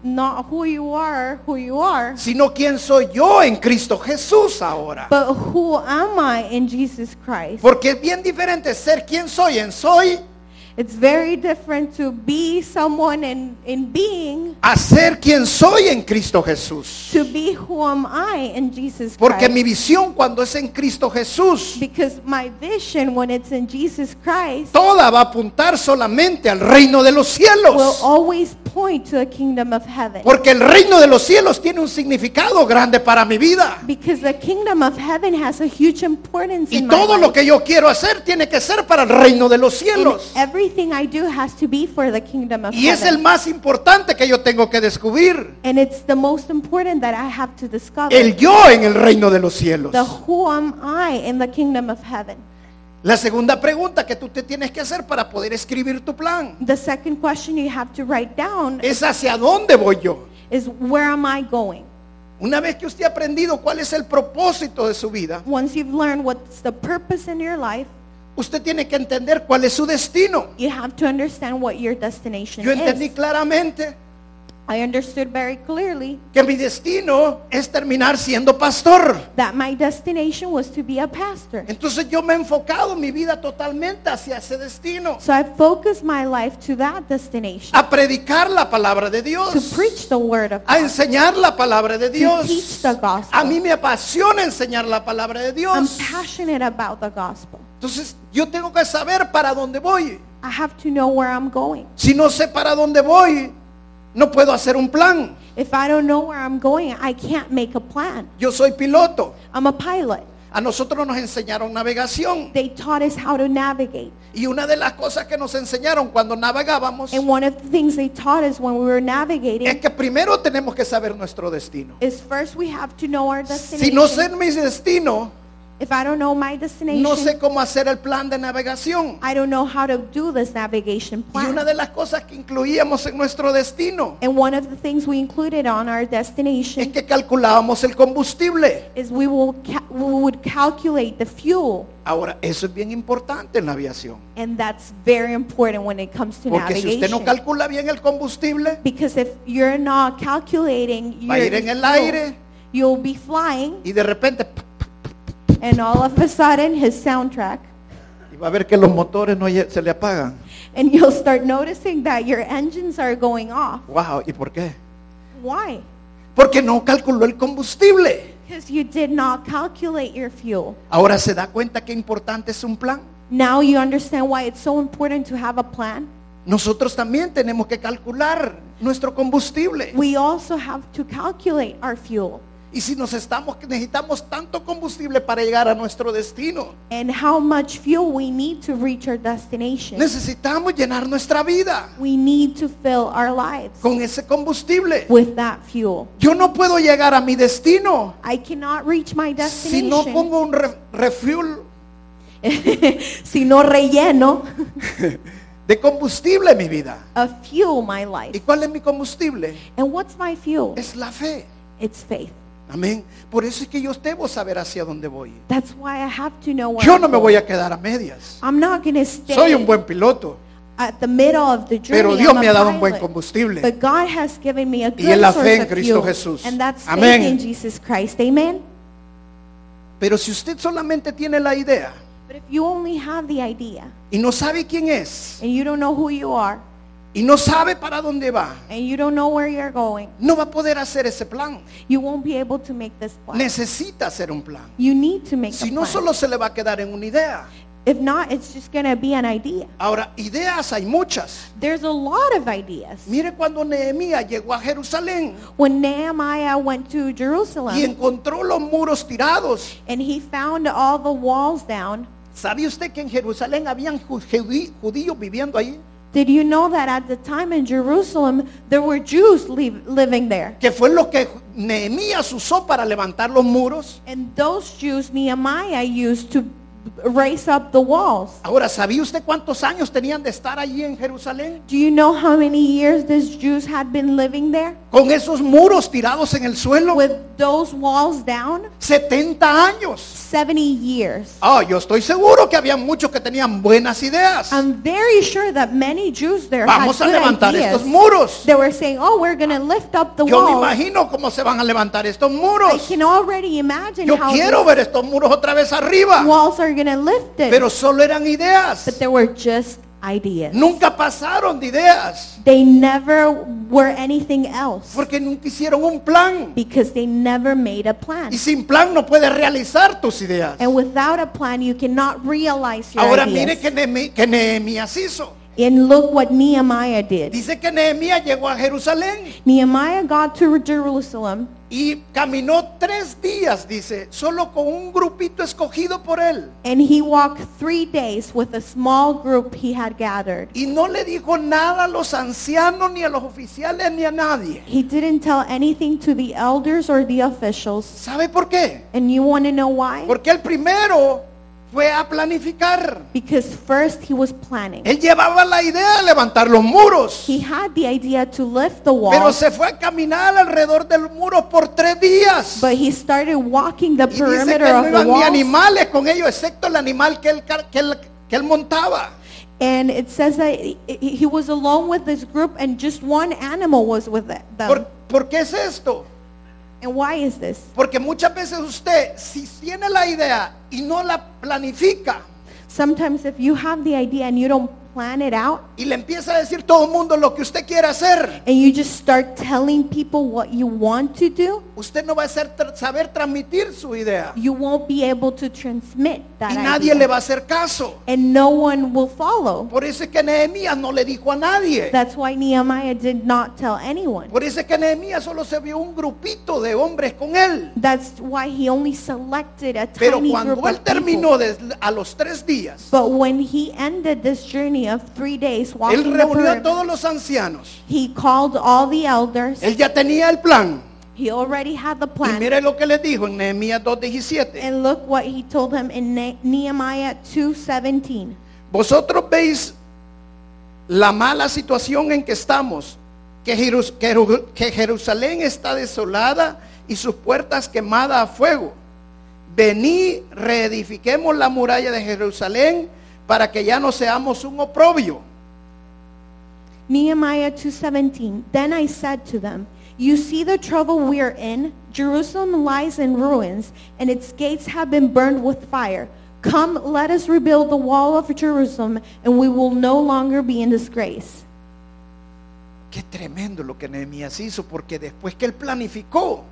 C: Not who you are, who you are,
B: sino quién soy yo en Cristo Jesús ahora.
C: but who am I in Jesus Christ?
B: Porque es bien diferente ser quién soy en soy
C: It's very different to be someone in, in being
B: a ser quien soy en Cristo Jesús.
C: to be who am I in Jesus
B: Porque
C: Christ.
B: mi visión cuando es en Cristo Jesús,
C: because my vision when it's in Jesus Christ
B: toda va a apuntar solamente al reino de los
C: will
B: cielos.
C: always point to a kingdom of heaven.
B: Porque el reino de los cielos tiene un significado grande para mi vida.
C: Because the kingdom of heaven has a huge importance
B: Y
C: in my
B: todo lo
C: life.
B: que yo quiero hacer tiene que ser para el reino de los
C: And
B: cielos.
C: everything I do has to be for the kingdom of
B: Y es el
C: heaven.
B: más importante que yo tengo que descubrir.
C: and it's the most important that I have to discover.
B: El yo en el reino de los cielos.
C: the who am I in the kingdom of heaven.
B: La segunda pregunta que tú te tienes que hacer para poder escribir tu plan
C: The second question you have to write down
B: es hacia dónde voy yo.
C: is where am I going?
B: Una vez que usted ha aprendido cuál es el propósito de su vida,
C: Once you've learned what's the purpose in your life,
B: usted tiene que entender cuál es su destino.
C: you have to understand what your destination
B: Yo entendí
C: is.
B: claramente
C: I understood very clearly
B: que mi destino es terminar siendo pastor.
C: that my destination was to be a pastor.
B: Entonces yo me he enfocado mi vida totalmente hacia ese destino,
C: So I focused my life to that destination,
B: a predicar la palabra de
C: to
B: Dios,
C: preach the word of
B: a
C: God.
B: enseñar la palabra de Dios.
C: teach the gospel.
B: A mí me apasiona enseñar la palabra de
C: I'm
B: Dios.
C: passionate about the gospel.
B: Entonces yo tengo que saber para dónde voy.
C: I have to know where I'm going.
B: Si no sé para dónde voy, no puedo hacer un plan.
C: If I don't know where I'm going, I can't make a plan.
B: Yo soy piloto.
C: I'm a pilot.
B: A nosotros nos enseñaron navegación.
C: They taught us how to navigate.
B: Y una de las cosas que nos enseñaron cuando navegábamos
C: And one of the things they taught us when we were
B: es
C: navigating
B: que primero tenemos que saber nuestro destino.
C: is first we have to know our
B: Si no sé
C: destination.
B: mi destino,
C: If I don't know my
B: no sé
C: destination,
B: cómo hacer el plan de navegación.
C: I don't know how to do this navigation
B: Y una
C: plan.
B: de las cosas que incluíamos en nuestro destino
C: And one of the things we included on our
B: es
C: destination
B: que calculábamos el combustible.
C: is we will ca- we would calculate the fuel
B: Ahora, eso es bien importante en la aviación.
C: and that's very important when it comes to
B: Porque si usted no
C: navigation
B: calcula bien el combustible,
C: because if you're not calculating
B: Va a
C: your
B: ir en el
C: fuel,
B: aire.
C: you'll be flying
B: y de repente ¡pum!
C: and all of a sudden his soundtrack
B: y va a ver que los motores no lle- se le apagan.
C: and you'll start noticing that your engines are going off
B: Wow, ¿y por qué?
C: why
B: Porque no calculó el combustible.
C: because you did not calculate your fuel
B: Ahora se da cuenta que importante es un plan.
C: now you understand why it's so important to have a plan
B: Nosotros también tenemos que calcular nuestro combustible.
C: we also have to calculate our fuel
B: Y si nos estamos necesitamos tanto combustible para llegar a nuestro destino,
C: and how much fuel we need to reach our destination
B: necesitamos llenar nuestra vida
C: we need to fill our lives
B: con ese combustible.
C: with that fuel.
B: Yo no puedo llegar a mi destino
C: I cannot reach my
B: si
C: destination.
B: no pongo un re- refuel
C: si no relleno
B: de combustible en mi vida.
C: a fuel my
B: ¿Y
C: life.
B: cuál es mi combustible?
C: And what's my fuel?
B: Es la fe.
C: It's faith.
B: Amén. Por eso es que yo debo saber hacia dónde voy.
C: That's why I have to know where
B: Yo
C: I'm,
B: no me
C: going.
B: voy a quedar a medias.
C: I'm not going to stay
B: Soy un buen piloto,
C: at the middle of the journey.
B: pero Dios
C: I'm a
B: me ha dado un buen
C: pilot.
B: combustible.
C: But God has given me a good
B: es la
C: source
B: fe en
C: of
B: Cristo
C: fuel.
B: Jesús.
C: And that's
B: Amén.
C: faith in Jesus Christ. Amen.
B: Pero si usted solamente tiene la idea
C: But if you only have the idea
B: y no sabe quién es
C: and you don't know who you are
B: y no sabe para dónde va,
C: and you don't know where you're going,
B: no va a poder hacer ese plan.
C: you won't be able to make this plan.
B: Necesita hacer un plan.
C: You need to make
B: Si
C: a
B: no,
C: plan.
B: solo se le va a quedar en una idea.
C: if not, it's just going to be an idea.
B: Ahora, ideas hay muchas.
C: There's a lot of ideas.
B: Mire cuando Nehemías llegó a Jerusalén
C: When Nehemiah went to
B: y
C: Jerusalem
B: encontró los muros tirados.
C: and he found all the walls down,
B: ¿Sabe usted que en Jerusalén habían ju- judí- judíos viviendo ahí?
C: did you know that at the time in Jerusalem there were Jews liv- living there?
B: Que fue lo que Nehemías usó para levantar los muros.
C: And those Jews Nehemiah used to raise up the walls.
B: Ahora, ¿sabía usted cuántos años tenían de estar allí en Jerusalén?
C: Do you know how many years these Jews had been living there
B: Con esos muros tirados en el suelo.
C: with those walls down?
B: 70 años.
C: 70 years.
B: Ah, yo estoy seguro que había muchos que tenían buenas ideas.
C: I'm very sure that many Jews there
B: Vamos a
C: had good
B: levantar
C: ideas.
B: estos muros.
C: They were saying, "Oh, we're going to lift up the
B: Yo me
C: walls."
B: imagino cómo se van a levantar estos
C: I
B: muros.
C: can already imagine
B: Yo
C: how
B: quiero
C: these
B: ver estos muros otra vez arriba.
C: walls are going to lift it.
B: Pero solo eran ideas.
C: but they were just ideas.
B: Nunca pasaron de ideas
C: They never were anything else
B: porque nunca hicieron un plan.
C: because they never made a plan.
B: Y sin plan no puedes realizar tus ideas.
C: And without a plan, you cannot realize your
B: Ahora mire
C: ideas.
B: que Nehemi- que Nehemías hizo.
C: And look what Nehemiah did.
B: Dice que Nehemías llegó a Jerusalén
C: Nehemiah got to Jerusalem
B: y caminó tres días, dice, solo con un grupito escogido por él.
C: and he walked three days with a small group he had gathered.
B: Y no le dijo nada a los ancianos, ni a los oficiales, ni a nadie.
C: He didn't tell anything to the elders or the officials.
B: ¿Sabe por qué?
C: And you want to know why?
B: Porque el primero fue a planificar.
C: Because first he was planning.
B: Él llevaba la idea de levantar los muros,
C: He had the idea to lift the
B: pero
C: wall,
B: se fue a caminar alrededor del muro por tres días.
C: but he started walking the
B: Y dice
C: perimeter
B: que no
C: of the
B: iban ni
C: wall.
B: animales con ellos, excepto el animal que él, car- que él- que él montaba.
C: And it says that he- he he was alone with this group and just one animal was with it-
B: ¿Por,
C: them.
B: por qué es esto?
C: And why is this?
B: Porque muchas veces usted, si tiene la idea y no la planifica,
C: Sometimes if you have the idea and you don't plan it out,
B: y le empieza a decir todo el mundo lo que usted quiere hacer,
C: and you just start telling people what you want to do,
B: usted no va a ser- tra- saber transmitir su idea.
C: you won't be able to transmit that
B: Y nadie
C: idea.
B: le va a hacer caso.
C: and no one will follow.
B: Por eso es que Nehemías no le dijo a nadie.
C: That's why Nehemiah did not tell anyone.
B: Por eso es que Nehemías solo se vio un grupito de hombres con él.
C: That's why he only selected a
B: Pero
C: tiny group
B: cuando él
C: of
B: terminó
C: people.
B: de- a los tres días,
C: But when he ended this journey of three days
B: él
C: walking the
B: reunió a
C: perimeter,
B: todos los ancianos.
C: he called all the elders.
B: Él ya tenía el plan.
C: He already had the
B: Y
C: plan.
B: mire lo que les dijo en Nehemías 2.17.
C: And look what he told him in Ne- Nehemiah 2:17.
B: Vosotros veis la mala situación en que estamos, que, Jerus- que Jeru- que Jerusalén está desolada y sus puertas quemadas a fuego. Vení, reedifiquemos la muralla de Jerusalén para que ya no seamos un oprobio.
C: Nehemiah 2:17. Then I said to them, "You see the trouble we are in? Jerusalem lies in ruins, and its gates have been burned with fire. Come, let us rebuild the wall of Jerusalem, and we will no longer be in disgrace."
B: Qué tremendo lo que Nehemías hizo, porque después que él planificó,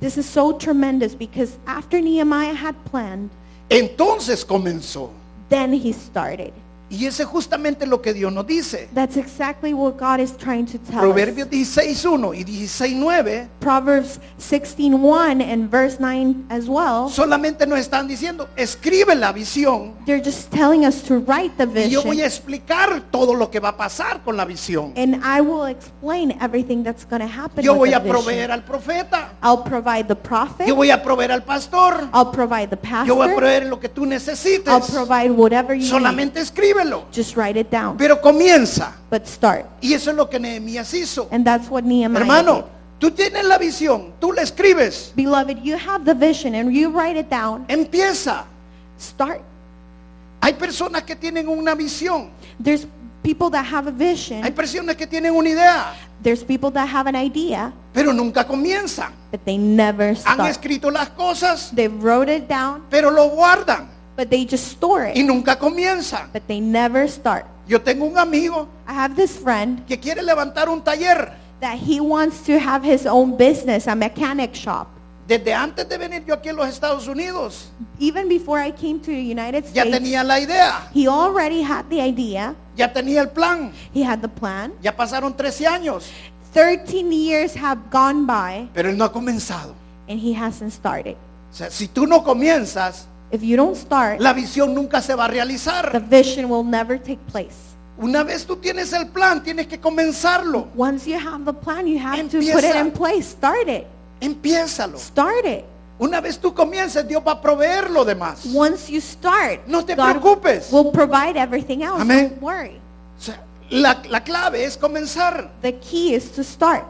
C: This is so tremendous because after Nehemiah had planned,
B: entonces comenzó.
C: then he started.
B: Y ese es justamente lo que Dios nos dice.
C: That's exactly what God is trying to tell
B: Proverbios
C: us.
B: 16.1 y 16.9
C: Proverbs 16:1 and verse 9 as well.
B: solamente nos están diciendo, escribe la visión
C: They're just telling us to write the
B: y yo voy a
C: vision.
B: explicar todo lo que va a pasar con la visión.
C: And I will explain everything that's going to happen.
B: Yo
C: with
B: voy
C: the
B: a proveer
C: vision.
B: al profeta,
C: I'll provide the prophet.
B: yo voy a proveer al pastor,
C: I'll provide the pastor.
B: yo voy a proveer lo que tú
C: I'll
B: necesites.
C: provide whatever you
B: Solamente escríbelo.
C: need. Just write it down.
B: Pero comienza.
C: But start.
B: Y eso es lo que Nehemías hizo.
C: And that's what Nehemiah
B: Hermano,
C: did.
B: tú tienes la visión, tú la escribes,
C: Beloved, you have the vision and you write it down.
B: empieza.
C: Start.
B: Hay personas que tienen una visión,
C: There's people that have a
B: hay
C: vision.
B: personas que tienen una idea,
C: There's people that have an idea,
B: pero nunca comienzan.
C: but they never
B: Han
C: start.
B: escrito las cosas,
C: They wrote it down,
B: pero lo guardan
C: but they just store
B: y
C: it.
B: nunca comienzan.
C: But they never start.
B: Yo tengo un amigo
C: I have this friend
B: que quiere levantar un taller.
C: that he wants to have his own business, a mechanic shop.
B: Desde antes de venir yo aquí a los Estados Unidos,
C: Even before I came to the United
B: ya
C: States,
B: tenía la idea,
C: he already had the idea.
B: ya tenía el plan.
C: He had the plan.
B: Ya pasaron 13 años,
C: 13 years have gone by
B: pero él no ha comenzado.
C: and he hasn't started.
B: O sea, si tú no comienzas,
C: If you don't start,
B: la visión nunca se va a
C: the
B: realizar.
C: vision will never take place.
B: Una vez tú tienes el plan, tienes que comenzarlo.
C: Once you have the plan, you have to put it
B: Empieza.
C: in place. Start it.
B: Empiézalo.
C: Start it.
B: Una vez tú comiences, Dios va a proveer lo demás. O
C: Once you start,
B: No te
C: God
B: preocupes.
C: will provide everything else.
B: Amén.
C: Don't worry.
B: sea, la, la clave es comenzar.
C: The key is to start.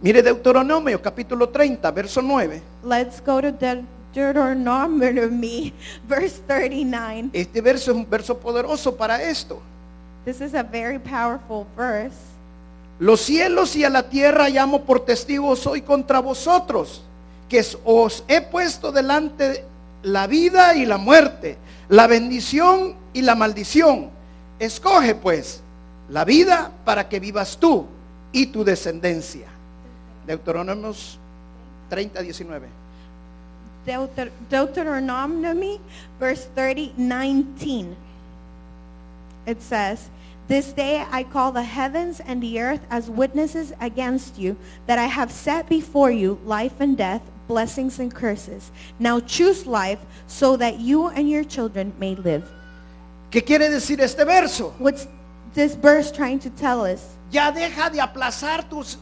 B: Mire Deuteronomio capítulo 30, verso 9.
C: Let's go to De- Deuteronomy, verse 39.
B: Este verso es un verso poderoso para esto.
C: This is a very powerful verse.
B: Los cielos y a la tierra llamo por testigos hoy contra vosotros, que os he puesto delante la vida y la muerte, la bendición y la maldición. Escoge pues la vida para que vivas tú y tu descendencia. Deuteronomios 30, 19.
C: Deuter- Deuteronomy, verse 30, 19. It says, This day I call the heavens and the earth as witnesses against you, that I have set before you life and death, blessings and curses. Now choose life, so that you and your children may live.
B: ¿Qué quiere decir este verso?
C: What's this verse trying to tell us?
B: Ya deja de aplazar tus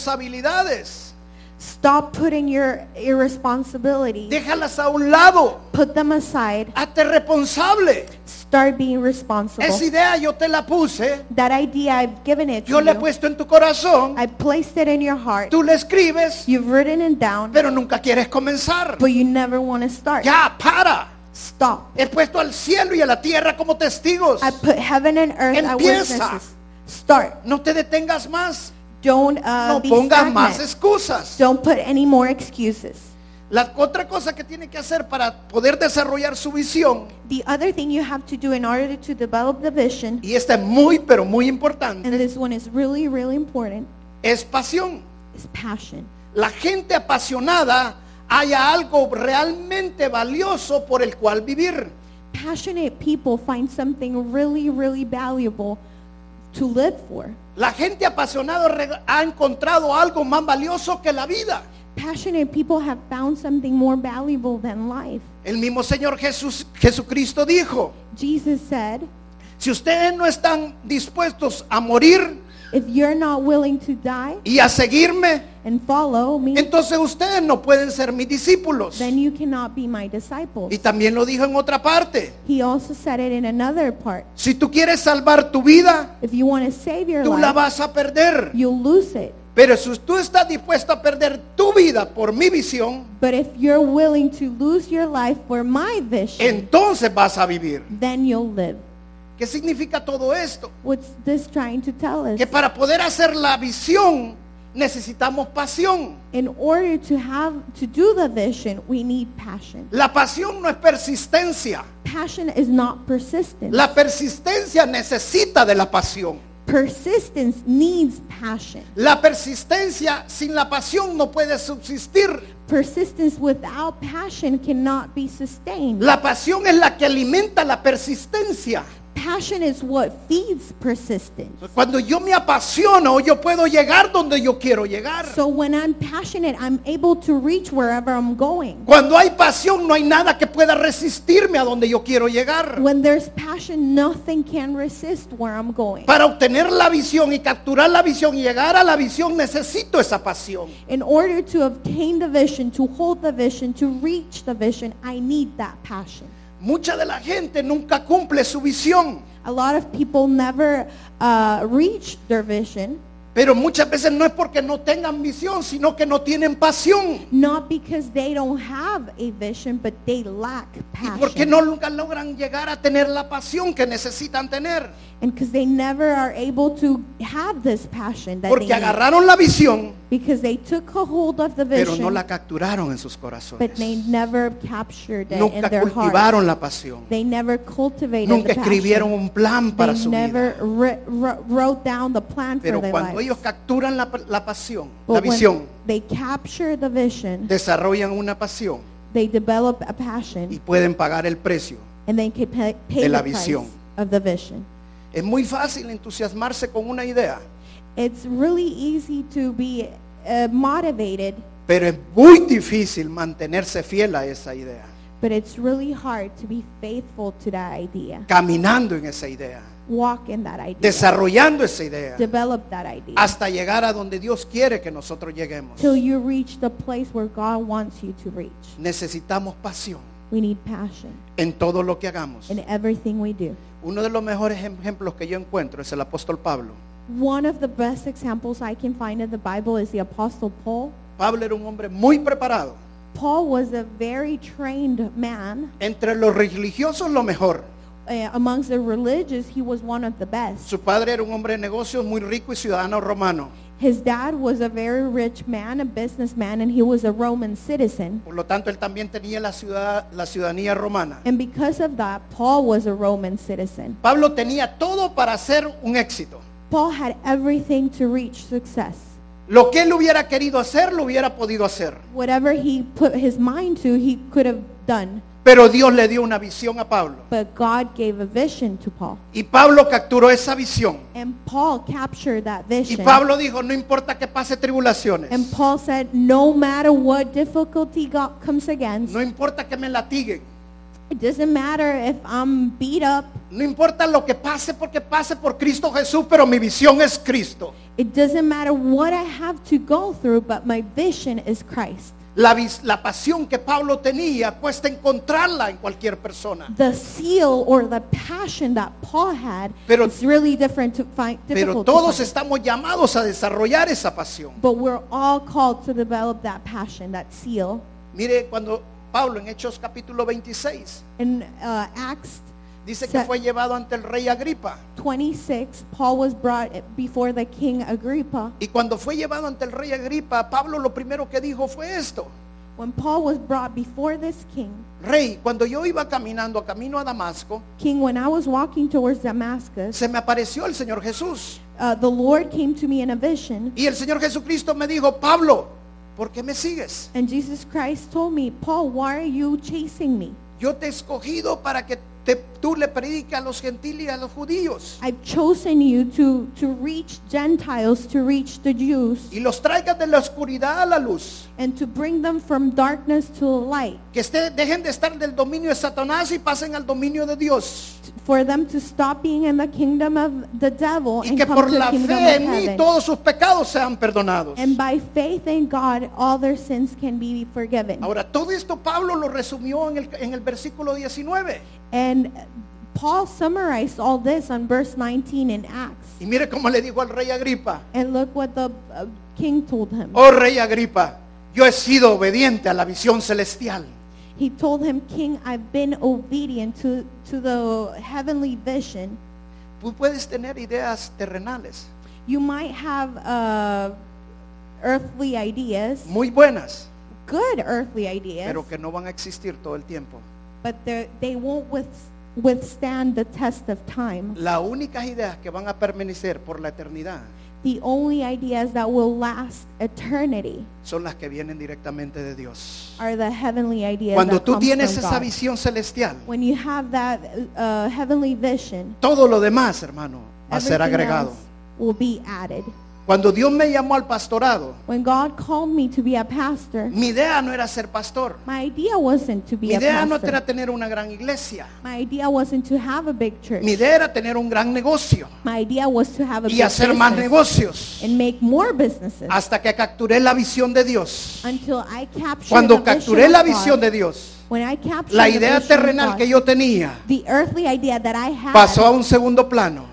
B: irresponsabilidades.
C: Stop putting your irresponsibility,
B: Déjalas a un lado.
C: put them aside,
B: Hazte responsable.
C: start being responsible.
B: Esa idea yo te la puse.
C: That idea, I've given it to
B: Yo la he
C: you.
B: puesto en tu corazón.
C: I placed it in your heart.
B: Tú la escribes,
C: You've written it down,
B: pero nunca quieres comenzar.
C: but you never want to start.
B: Ya, para.
C: Stop.
B: He puesto al cielo y a la tierra como testigos.
C: I put heaven and earth as
B: Empieza.
C: witnesses. Start.
B: No te detengas más.
C: Don't uh,
B: No
C: be
B: pongas
C: stagnant.
B: más excusas.
C: Don't put any more excuses.
B: La otra cosa que tiene que hacer para poder desarrollar su visión,
C: The other thing you have to do in order to develop the vision,
B: y esta es muy, pero muy importante,
C: and this one is really, really important,
B: es pasión.
C: is passion.
B: La gente apasionada haya algo realmente valioso por el cual vivir.
C: Passionate people find something really, really valuable to live for.
B: La gente apasionada re- ha encontrado algo más valioso que la vida.
C: Passionate people have found something more valuable than life.
B: El mismo Señor Jesús, Jesucristo dijo,
C: Jesus said,
B: si ustedes no están dispuestos a morir
C: If you're not willing to die
B: y a seguirme,
C: and follow me,
B: entonces ustedes no pueden ser mis discípulos.
C: then you cannot be my disciple.
B: Y también lo dijo en otra parte,
C: He also said it in another part.
B: si tú quieres salvar tu vida,
C: If you want to save your
B: tú la
C: life,
B: vas a perder.
C: you'll lose it.
B: Pero si tú estás dispuesto a perder tu vida por mi visión,
C: But if you're willing to lose your life for my vision,
B: entonces vas a vivir.
C: then you'll live.
B: ¿Qué significa todo esto?
C: What's this trying to tell us?
B: Que para poder hacer la visión necesitamos pasión.
C: In order to have to do the vision, we need passion.
B: La pasión no es persistencia.
C: Passion is not persistence.
B: La persistencia necesita de la pasión.
C: Persistence needs passion.
B: La persistencia sin la pasión no puede subsistir.
C: Persistence without passion cannot be sustained.
B: La pasión es la que alimenta la persistencia.
C: Passion is what feeds persistence.
B: Cuando yo me apasiono, yo puedo llegar donde yo quiero llegar.
C: So when I'm passionate, I'm able to reach wherever I'm going.
B: Cuando hay pasión, no hay nada que pueda resistirme a donde yo quiero llegar.
C: When there's passion, nothing can resist where I'm going.
B: Para obtener la visión y capturar la visión y llegar a la visión, necesito esa pasión.
C: In order to obtain the vision, to hold the vision, to reach the vision, I need that passion.
B: Mucha de la gente nunca cumple su visión,
C: A lot of people never uh, reach their vision,
B: pero muchas veces no es porque no tengan visión, sino que no tienen pasión.
C: not because they don't have a vision, but they lack
B: Y porque
C: passion.
B: no nunca logran llegar a tener la pasión que necesitan tener.
C: And because they never are able to have this passion that they
B: Porque
C: need.
B: agarraron la visión,
C: Because they took a hold of the
B: pero
C: vision,
B: no la capturaron en sus
C: but they
B: corazones.
C: never captured it in
B: Nunca
C: their heart.
B: cultivaron la pasión.
C: They never cultivated
B: Nunca
C: the passion.
B: escribieron un plan para
C: they
B: su
C: never
B: vida.
C: ri- ri- wrote down the plan
B: Pero
C: for their
B: cuando
C: life.
B: ellos capturan la, la pasión, la
C: but
B: visión,
C: when they capture the vision,
B: desarrollan una pasión
C: they develop a
B: y
C: passion,
B: pueden pagar el precio.
C: and they can pay,
B: de
C: pay
B: la
C: the price
B: visión.
C: of the vision.
B: Es muy fácil entusiasmarse con una idea,
C: It's really easy to be uh, motivated,
B: pero es muy difícil mantenerse fiel a esa idea,
C: but it's really hard to be faithful to that idea,
B: caminando en esa idea,
C: walk in that idea,
B: desarrollando esa idea,
C: develop that idea.
B: hasta llegar a donde Dios quiere que nosotros lleguemos.
C: till you reach the place where God wants you to reach.
B: Necesitamos pasión
C: We need passion
B: en todo lo que hagamos.
C: in everything we do.
B: Uno de los mejores ejemplos que yo encuentro es el apóstol Pablo.
C: One of the best examples I can find in the Bible is the Apostle Paul.
B: Pablo era un hombre muy preparado,
C: Paul was a very trained man.
B: entre los religiosos lo mejor.
C: Uh, amongst the religious, he was one of the best.
B: Su padre era un hombre de negocios muy rico y ciudadano romano.
C: His dad was a very rich man, a businessman, and he was a Roman citizen.
B: Por lo tanto, él también tenía la, ciudad, la ciudadanía romana.
C: And because of that, Paul was a Roman citizen.
B: Pablo tenía todo para hacer un éxito.
C: Paul had everything to reach success.
B: Lo que él hubiera querido hacer, lo hubiera podido hacer.
C: Whatever he put his mind to, he could have done.
B: Pero Dios le dio una visión a Pablo.
C: But God gave a vision to Paul.
B: Y Pablo capturó esa visión.
C: And Paul captured that
B: Y
C: vision.
B: Pablo dijo, no importa que pase tribulaciones.
C: And Paul said, no matter what difficulty God comes against,
B: No importa que me latiguen.
C: it doesn't matter if I'm beat up,
B: No importa lo que pase porque pase por Cristo Jesús, pero mi visión es Cristo.
C: it doesn't matter what I have to go through, but my vision is Christ.
B: La, vis- la pasión que Pablo tenía, cuesta encontrarla en cualquier persona.
C: The seal or the passion that Paul had,
B: Pero-
C: it's really different to find,
B: Pero
C: difficult to
B: todos
C: find.
B: estamos llamados a desarrollar esa pasión.
C: But we're all called to develop that passion, that seal.
B: Mire cuando Pablo en Hechos capítulo 26
C: In uh, Acts
B: dice que
C: Se-
B: fue llevado ante el rey Agripa.
C: 26, Paul was brought before the king Agrippa.
B: Y cuando fue llevado ante el rey Agripa, Pablo lo primero que dijo fue esto.
C: When Paul was brought before this king,
B: Rey, cuando yo iba caminando a camino a Damasco,
C: King, when I was walking towards Damascus,
B: se me apareció el Señor Jesús.
C: uh, the Lord came to me in a vision,
B: Y el Señor Jesucristo me dijo, Pablo, ¿por qué me sigues?
C: and Jesus Christ told me, Paul, why are you chasing me?
B: Yo te he escogido para que te- tú le prediques a los gentiles y a los judíos
C: I've chosen you to, to reach Gentiles, to reach the Jews,
B: y los traigas de la oscuridad a la luz.
C: and to bring them from darkness to light,
B: Que esté- dejen de estar del dominio de Satanás y pasen al dominio de Dios.
C: t- for them to stop being in the kingdom of the devil
B: Y
C: and
B: que
C: come
B: por
C: to the
B: la
C: kingdom
B: fe
C: of
B: en mí
C: heaven.
B: todos sus pecados sean perdonados.
C: And by faith in God, all their sins can be forgiven.
B: Ahora, todo esto Pablo lo resumió en el, en el versículo 19.
C: And Paul summarized all this on verse 19 in Acts.
B: Y mire cómo le dijo al rey Agripa.
C: And look what the uh, king told him.
B: Oh rey Agripa, yo he sido obediente a la visión celestial.
C: He told him, King, I've been obedient to, to the heavenly vision.
B: Tú puedes tener ideas terrenales
C: You might have uh, earthly ideas,
B: muy buenas,
C: good earthly ideas,
B: Mm. pero que no van a existir todo el tiempo.
C: but they're- they won't with, withstand the test of time.
B: Las únicas ideas que van a permanecer por la eternidad
C: The only ideas that will last eternity
B: son las que vienen directamente de Dios.
C: are the heavenly ideas.
B: Cuando
C: that
B: tú
C: come
B: tienes
C: from
B: esa
C: God.
B: visión celestial,
C: When you have that uh, heavenly vision,
B: todo lo demás, hermano, va a ser
C: everything
B: agregado.
C: else will be added.
B: Cuando Dios me llamó al pastorado,
C: When God called me to be a pastor,
B: mi idea no era ser pastor.
C: my idea wasn't to
B: Mi
C: be a
B: idea no
C: pastor.
B: era tener una gran iglesia.
C: My idea wasn't to have a big church.
B: Mi idea era tener un gran negocio
C: My idea was to have a
B: y
C: big
B: hacer más
C: business
B: negocios.
C: and make more businesses
B: hasta que capturé la visión de Dios.
C: until I captured
B: Cuando
C: the vision
B: capturé
C: of
B: la
C: God,
B: visión de Dios,
C: when I captured
B: la
C: the
B: idea
C: vision of
B: terrenal
C: God,
B: que yo tenía
C: the earthly idea that I had
B: pasó a un segundo plano.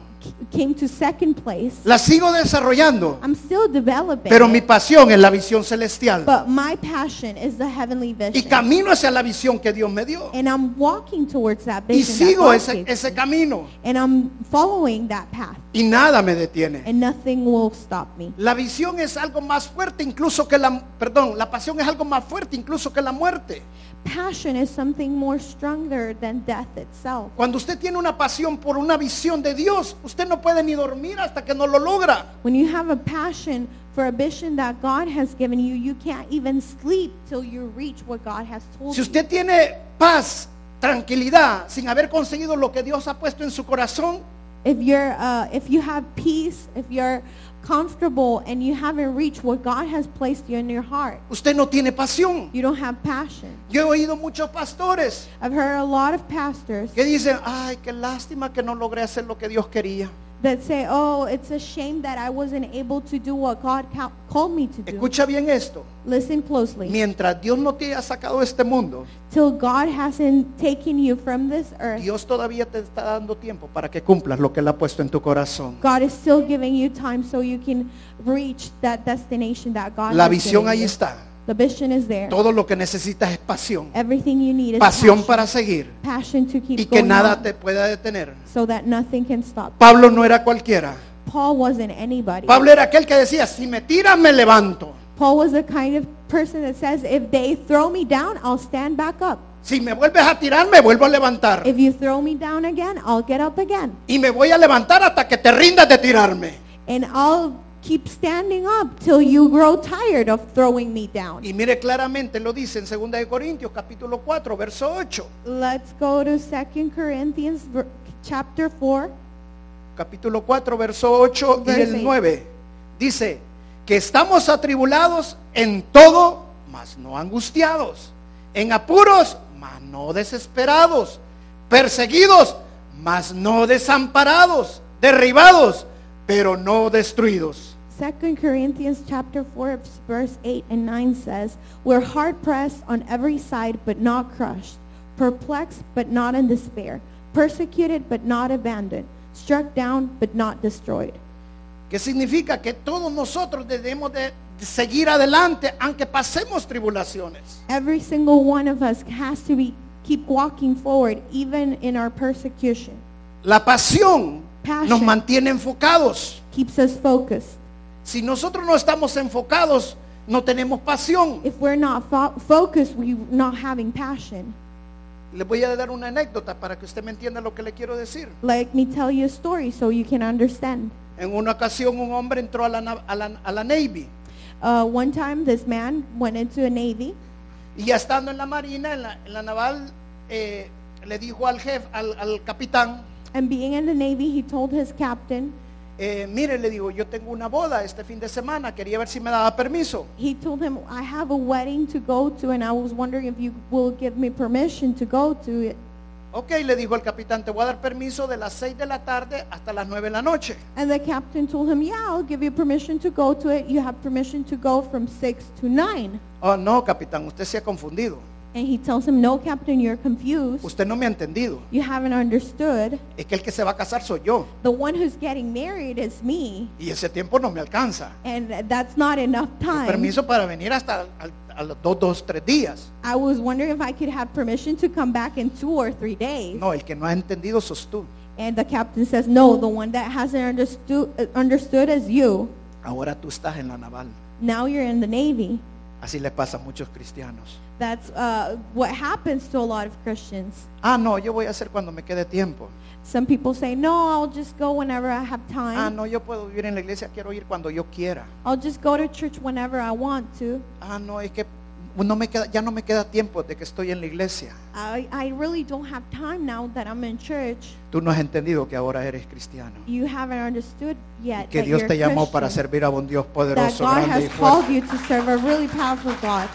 C: came to second place.
B: La sigo desarrollando,
C: I'm still developing,
B: pero
C: it,
B: mi pasión es la visión celestial.
C: but my passion is the heavenly
B: Y
C: vision.
B: camino hacia la visión que Dios me dio.
C: And I'm walking towards that
B: Y
C: vision. that
B: sigo
C: God
B: ese,
C: gave me.
B: ese camino.
C: and I'm following that path.
B: Y nada me detiene.
C: And nothing will stop me.
B: La visión es algo más fuerte incluso que la... Perdón, la pasión es algo más fuerte incluso que la muerte.
C: Passion is something more stronger than death itself.
B: Cuando usted tiene una pasión por una visión de Dios, usted no puede ni dormir hasta que no lo logra.
C: When you have a passion for a vision that God has given you, you can't even sleep till you reach what God has told
B: Si
C: you.
B: usted tiene paz, tranquilidad, sin haber conseguido lo que Dios ha puesto en su corazón,
C: If you're, uh, if you have peace, if you're comfortable, and you haven't reached what God has placed you in your heart,
B: usted no tiene pasión.
C: you don't have passion.
B: Yo he oído muchos pastores
C: I've heard a lot of pastors
B: que dicen, ay, qué lástima que no logré hacer lo que Dios quería.
C: that say, "Oh, it's a shame that I wasn't able to do what God ca- called me to do."
B: Escucha bien esto.
C: Listen closely.
B: Mientras Dios no te haya sacado de este mundo,
C: Till God hasn't taken you from this earth,
B: Dios todavía te está dando tiempo para que cumplas lo que Él ha puesto en tu corazón.
C: God is still giving you time so you can reach that destination that God
B: La
C: has
B: visión
C: given
B: ahí
C: you.
B: está.
C: The vision is there.
B: Todo lo que necesitas es pasión.
C: Everything you need is
B: Pasión
C: passion.
B: para seguir
C: Passion to keep
B: y que
C: going
B: nada
C: on
B: te pueda detener.
C: so that nothing can stop.
B: Pablo no era cualquiera.
C: Paul wasn't anybody.
B: Pablo era aquel que decía, si me tiran, me levanto.
C: Paul was the kind of person that says, if they throw me down, I'll stand back up.
B: Si me vuelves a tirar, me vuelvo a levantar.
C: If you throw me down again, I'll get up again.
B: Y me voy a levantar hasta que te rindas de tirarme.
C: And I'll keep standing up till you grow tired of throwing me down.
B: Y mire claramente, lo dice en 2 de Corintios capítulo 4, verso 8.
C: Let's go to 2 Corinthians ver- chapter 4.
B: Capítulo 4, verso 8 y
C: Verse
B: el
C: eight.
B: 9. Dice que estamos atribulados en todo, mas no angustiados. En apuros, mas no desesperados. Perseguidos, mas no desamparados. Derribados, pero no destruidos.
C: 2 Corinthians chapter 4 verse 8 and 9 says, "We're hard pressed on every side but not crushed, perplexed but not in despair, persecuted but not abandoned, struck down but not destroyed."
B: que significa que todos nosotros debemos de seguir adelante aunque pasemos tribulaciones.
C: Every single one of us has to be keep walking forward even in our persecution.
B: La pasión
C: Passion.
B: nos mantiene enfocados.
C: Keeps us focused.
B: Si nosotros no estamos enfocados, no tenemos pasión.
C: If we're not fo- focused, we're not having passion.
B: Les voy a dar una anécdota para que usted me entienda lo que le quiero decir.
C: Let me tell you a story so you can understand.
B: En una ocasión un hombre entró a la, nav- a la- a la Navy
C: Uh, one time, this man went into a navy.
B: y ya estando en la Marina, en la, en la naval, eh, le dijo al jefe, al, al capitán,
C: And being in the Navy, he told his captain,
B: eh, mire, le digo, yo tengo una boda este fin de semana, quería ver si me daba permiso.
C: he told him, I have a wedding to go to, and I was wondering if you will give me permission to go to it.
B: Ok, le dijo el capitán, te voy a dar permiso de las 6 de la tarde hasta las 9 de la noche.
C: And the captain told him, Yeah, I'll give you permission to go to it. You have permission to go from 6 to 9.
B: Oh, no, capitán, usted se ha confundido.
C: And he tells him, No, captain, you're confused.
B: Usted no me ha entendido.
C: You haven't understood.
B: Es que el que se va a casar soy yo.
C: The one who's getting married is me.
B: Y ese tiempo no me alcanza.
C: And that's not enough time.
B: Permiso para venir hasta al- a los dos, dos, tres días.
C: I was wondering if I could have permission to come back in two or three days.
B: No, el que no ha entendido sos tú.
C: And the captain says, No, the one that hasn't understood, uh, understood is you.
B: Ahora tú estás en la naval.
C: Now you're in the Navy.
B: Así le pasa a muchos cristianos.
C: That's uh, what happens to a lot of Christians.
B: Ah, no, yo voy a hacer cuando me quede tiempo.
C: Some people say, No, I'll just go whenever I have
B: Ah,
C: time.
B: no, yo puedo vivir en la iglesia, quiero ir cuando yo quiera.
C: I'll just go to church whenever I want to.
B: Ah, no, es que no me queda, ya no me queda tiempo de que estoy en la iglesia.
C: I, I really don't have time now that I'm in church.
B: Tú no has entendido que ahora eres cristiano.
C: You haven't understood yet.
B: Que
C: that
B: Dios
C: you're
B: te llamó
C: Christian,
B: para servir a un Dios
C: that
B: poderoso,
C: God
B: grande y
C: has called
B: fuerte.
C: you to serve a really powerful God.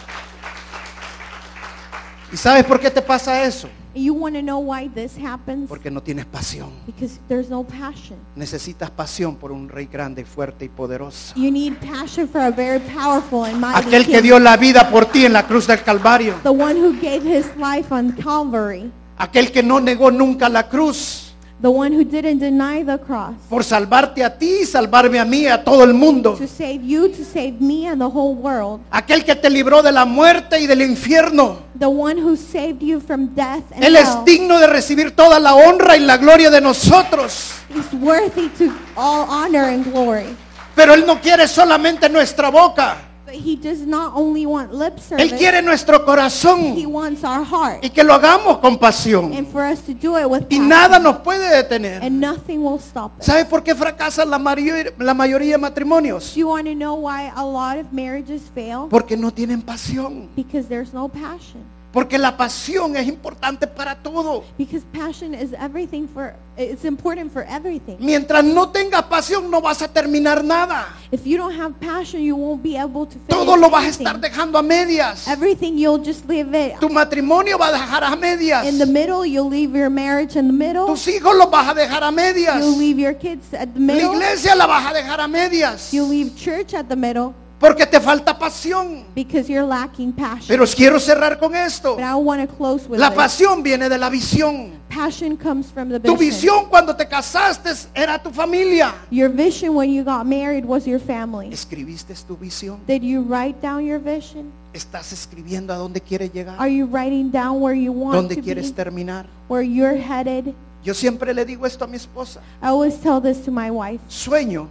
B: ¿Y sabes por qué te pasa eso?
C: You want to know why this happens?
B: Porque no tienes pasión.
C: Because there's no passion.
B: Necesitas pasión por un rey grande y fuerte y poderoso.
C: You need passion for a very powerful and mighty
B: Aquel que
C: king.
B: dio la vida por ti en la cruz del Calvario.
C: the one who gave his life on Calvary,
B: Aquel que no negó nunca la cruz
C: the one who didn't deny the cross
B: por salvarte a ti y salvarme a mí, a todo el mundo.
C: to save you, to save me and the whole world,
B: Aquel que te libró de la muerte y del infierno.
C: the one who saved you from death and
B: Él es
C: hell.
B: digno de recibir toda la honra y la gloria de nosotros.
C: He's worthy to all honor and glory.
B: Pero Él no quiere solamente nuestra boca.
C: But he does not only want lip
B: Él
C: service,
B: quiere nuestro
C: he
B: corazón
C: wants our heart.
B: y que lo hagamos con
C: And
B: pasión.
C: for us to do it with
B: Y
C: passion.
B: nada nos puede detener.
C: and nothing will stop us.
B: ¿Sabes por qué fracasan la, mario- la mayoría de matrimonios?
C: Do you want to know why a lot of marriages fail?
B: Porque no tienen pasión.
C: Because there's no passion.
B: Porque la pasión es importante para todo.
C: Because passion is everything for, it's important for everything.
B: Mientras no tengas pasión no vas a terminar nada.
C: If you don't have passion, you won't be able to finish
B: Todo lo vas a estar
C: everything.
B: dejando a medias.
C: Everything you'll just leave it
B: Tu matrimonio va a dejar a medias.
C: in the middle. You'll leave your marriage in the middle.
B: Tus hijos los vas a dejar a medias.
C: You'll leave your kids at the
B: La
C: middle.
B: iglesia la vas a dejar a medias.
C: You leave church at the middle
B: Porque te falta pasión.
C: because you're lacking passion.
B: Pero quiero cerrar con esto.
C: but I want to close with
B: La
C: this.
B: pasión viene de la visión.
C: Passion comes from the
B: Tu
C: vision.
B: visión cuando te casaste era tu familia.
C: Your vision when you got married was your family.
B: ¿Escribiste tu visión?
C: Did you write down your vision?
B: ¿Estás escribiendo a dónde quieres
C: Are
B: llegar?
C: you writing down where you want
B: ¿Dónde
C: to be?
B: quieres terminar?
C: Where you're headed?
B: Yo siempre le digo esto a mi esposa.
C: I always tell this to my wife.
B: Sueño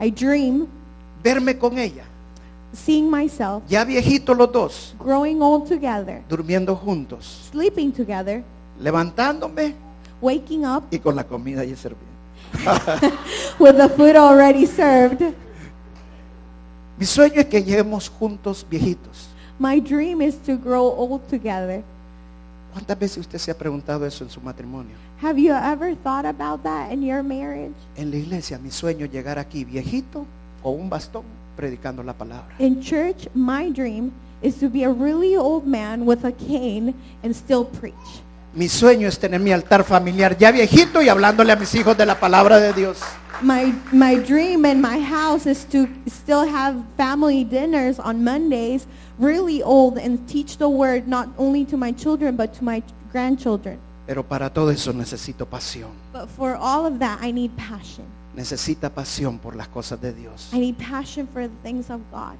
C: I dream
B: verme con ella,
C: seeing myself
B: ya viejitos los dos,
C: growing old together,
B: durmiendo juntos,
C: sleeping together,
B: levantándome
C: waking up
B: y con la comida ya servida.
C: with the food already served.
B: Mi sueño es que lleguemos juntos viejitos.
C: My dream is to grow old together.
B: ¿Cuántas veces usted se ha preguntado eso en su matrimonio?
C: Have you ever thought about that in your marriage?
B: En la iglesia, mi sueño es llegar aquí viejito con un bastón predicando la palabra.
C: In church, my dream is to be a really old man with a cane and still preach.
B: Mi sueño es tener mi altar familiar ya viejito y hablándole a mis hijos de la palabra de Dios.
C: My my dream in my house is to still have family dinners on Mondays, really old and teach the word not only to my children but to my grandchildren.
B: Pero para todo eso necesito pasión.
C: But for all of that, I need passion.
B: Necesita pasión por las cosas de Dios.
C: I need passion for the things of God.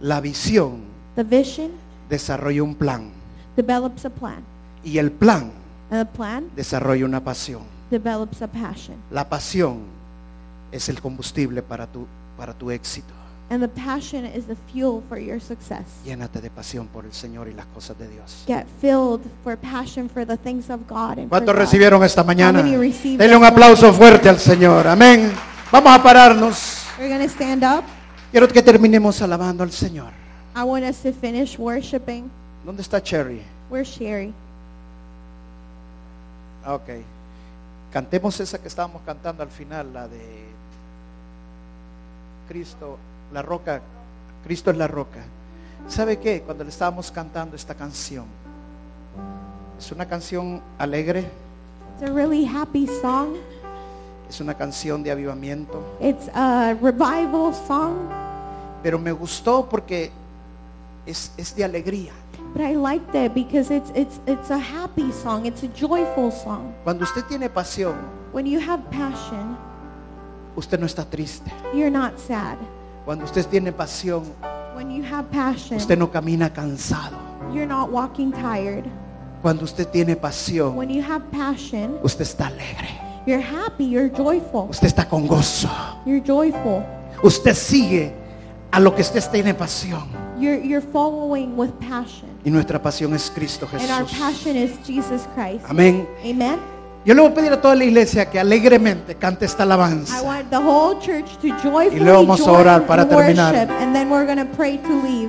B: La visión
C: The vision
B: desarrolla un plan
C: develops a plan,
B: y el plan
C: and the plan
B: desarrolla una pasión.
C: develops a passion,
B: La pasión es el combustible para tu, para tu éxito.
C: and the passion is the fuel for your success.
B: Llénate de pasión por el Señor y las cosas de Dios.
C: Get filled for passion for the things of God. And for
B: ¿Cuántos
C: God.
B: recibieron esta mañana?
C: How many received
B: Denle un
C: this
B: aplauso
C: morning?
B: fuerte al Señor. Amén. Vamos a pararnos.
C: We're going to stand up.
B: Quiero que terminemos alabando al Señor.
C: I want us to finish worshiping.
B: ¿Dónde está Cherry?
C: We're Sherry.
B: Ah, Ok. Cantemos esa que estábamos cantando al final, la de Cristo, la roca. Cristo es la roca. ¿Sabe qué? Cuando le estábamos cantando esta canción, es una canción alegre,
C: It's a really happy song.
B: es una canción de avivamiento,
C: It's a revival song,
B: pero me gustó porque es, es de alegría.
C: but I liked it because it's it's it's a happy song. It's a joyful song.
B: Cuando usted tiene pasión,
C: When you have passion,
B: usted no está triste.
C: you're not sad.
B: Cuando usted tiene pasión,
C: When you have passion,
B: usted no camina cansado.
C: you're not walking tired.
B: Cuando usted tiene pasión,
C: When you have passion,
B: usted está alegre.
C: you're happy, you're joyful.
B: Usted está con gozo.
C: You're joyful.
B: Usted sigue a lo que usted tiene pasión.
C: You're you're following with passion.
B: Y nuestra pasión es Cristo
C: And our
B: Jesús.
C: passion is Jesus Christ.
B: Amén.
C: Amen.
B: Yo le voy a pedir a toda la iglesia que alegremente cante esta
C: I
B: alabanza.
C: want the whole church to joyfully
B: luego vamos a
C: join
B: orar para
C: in
B: terminar.
C: worship, and then we're going to pray to leave.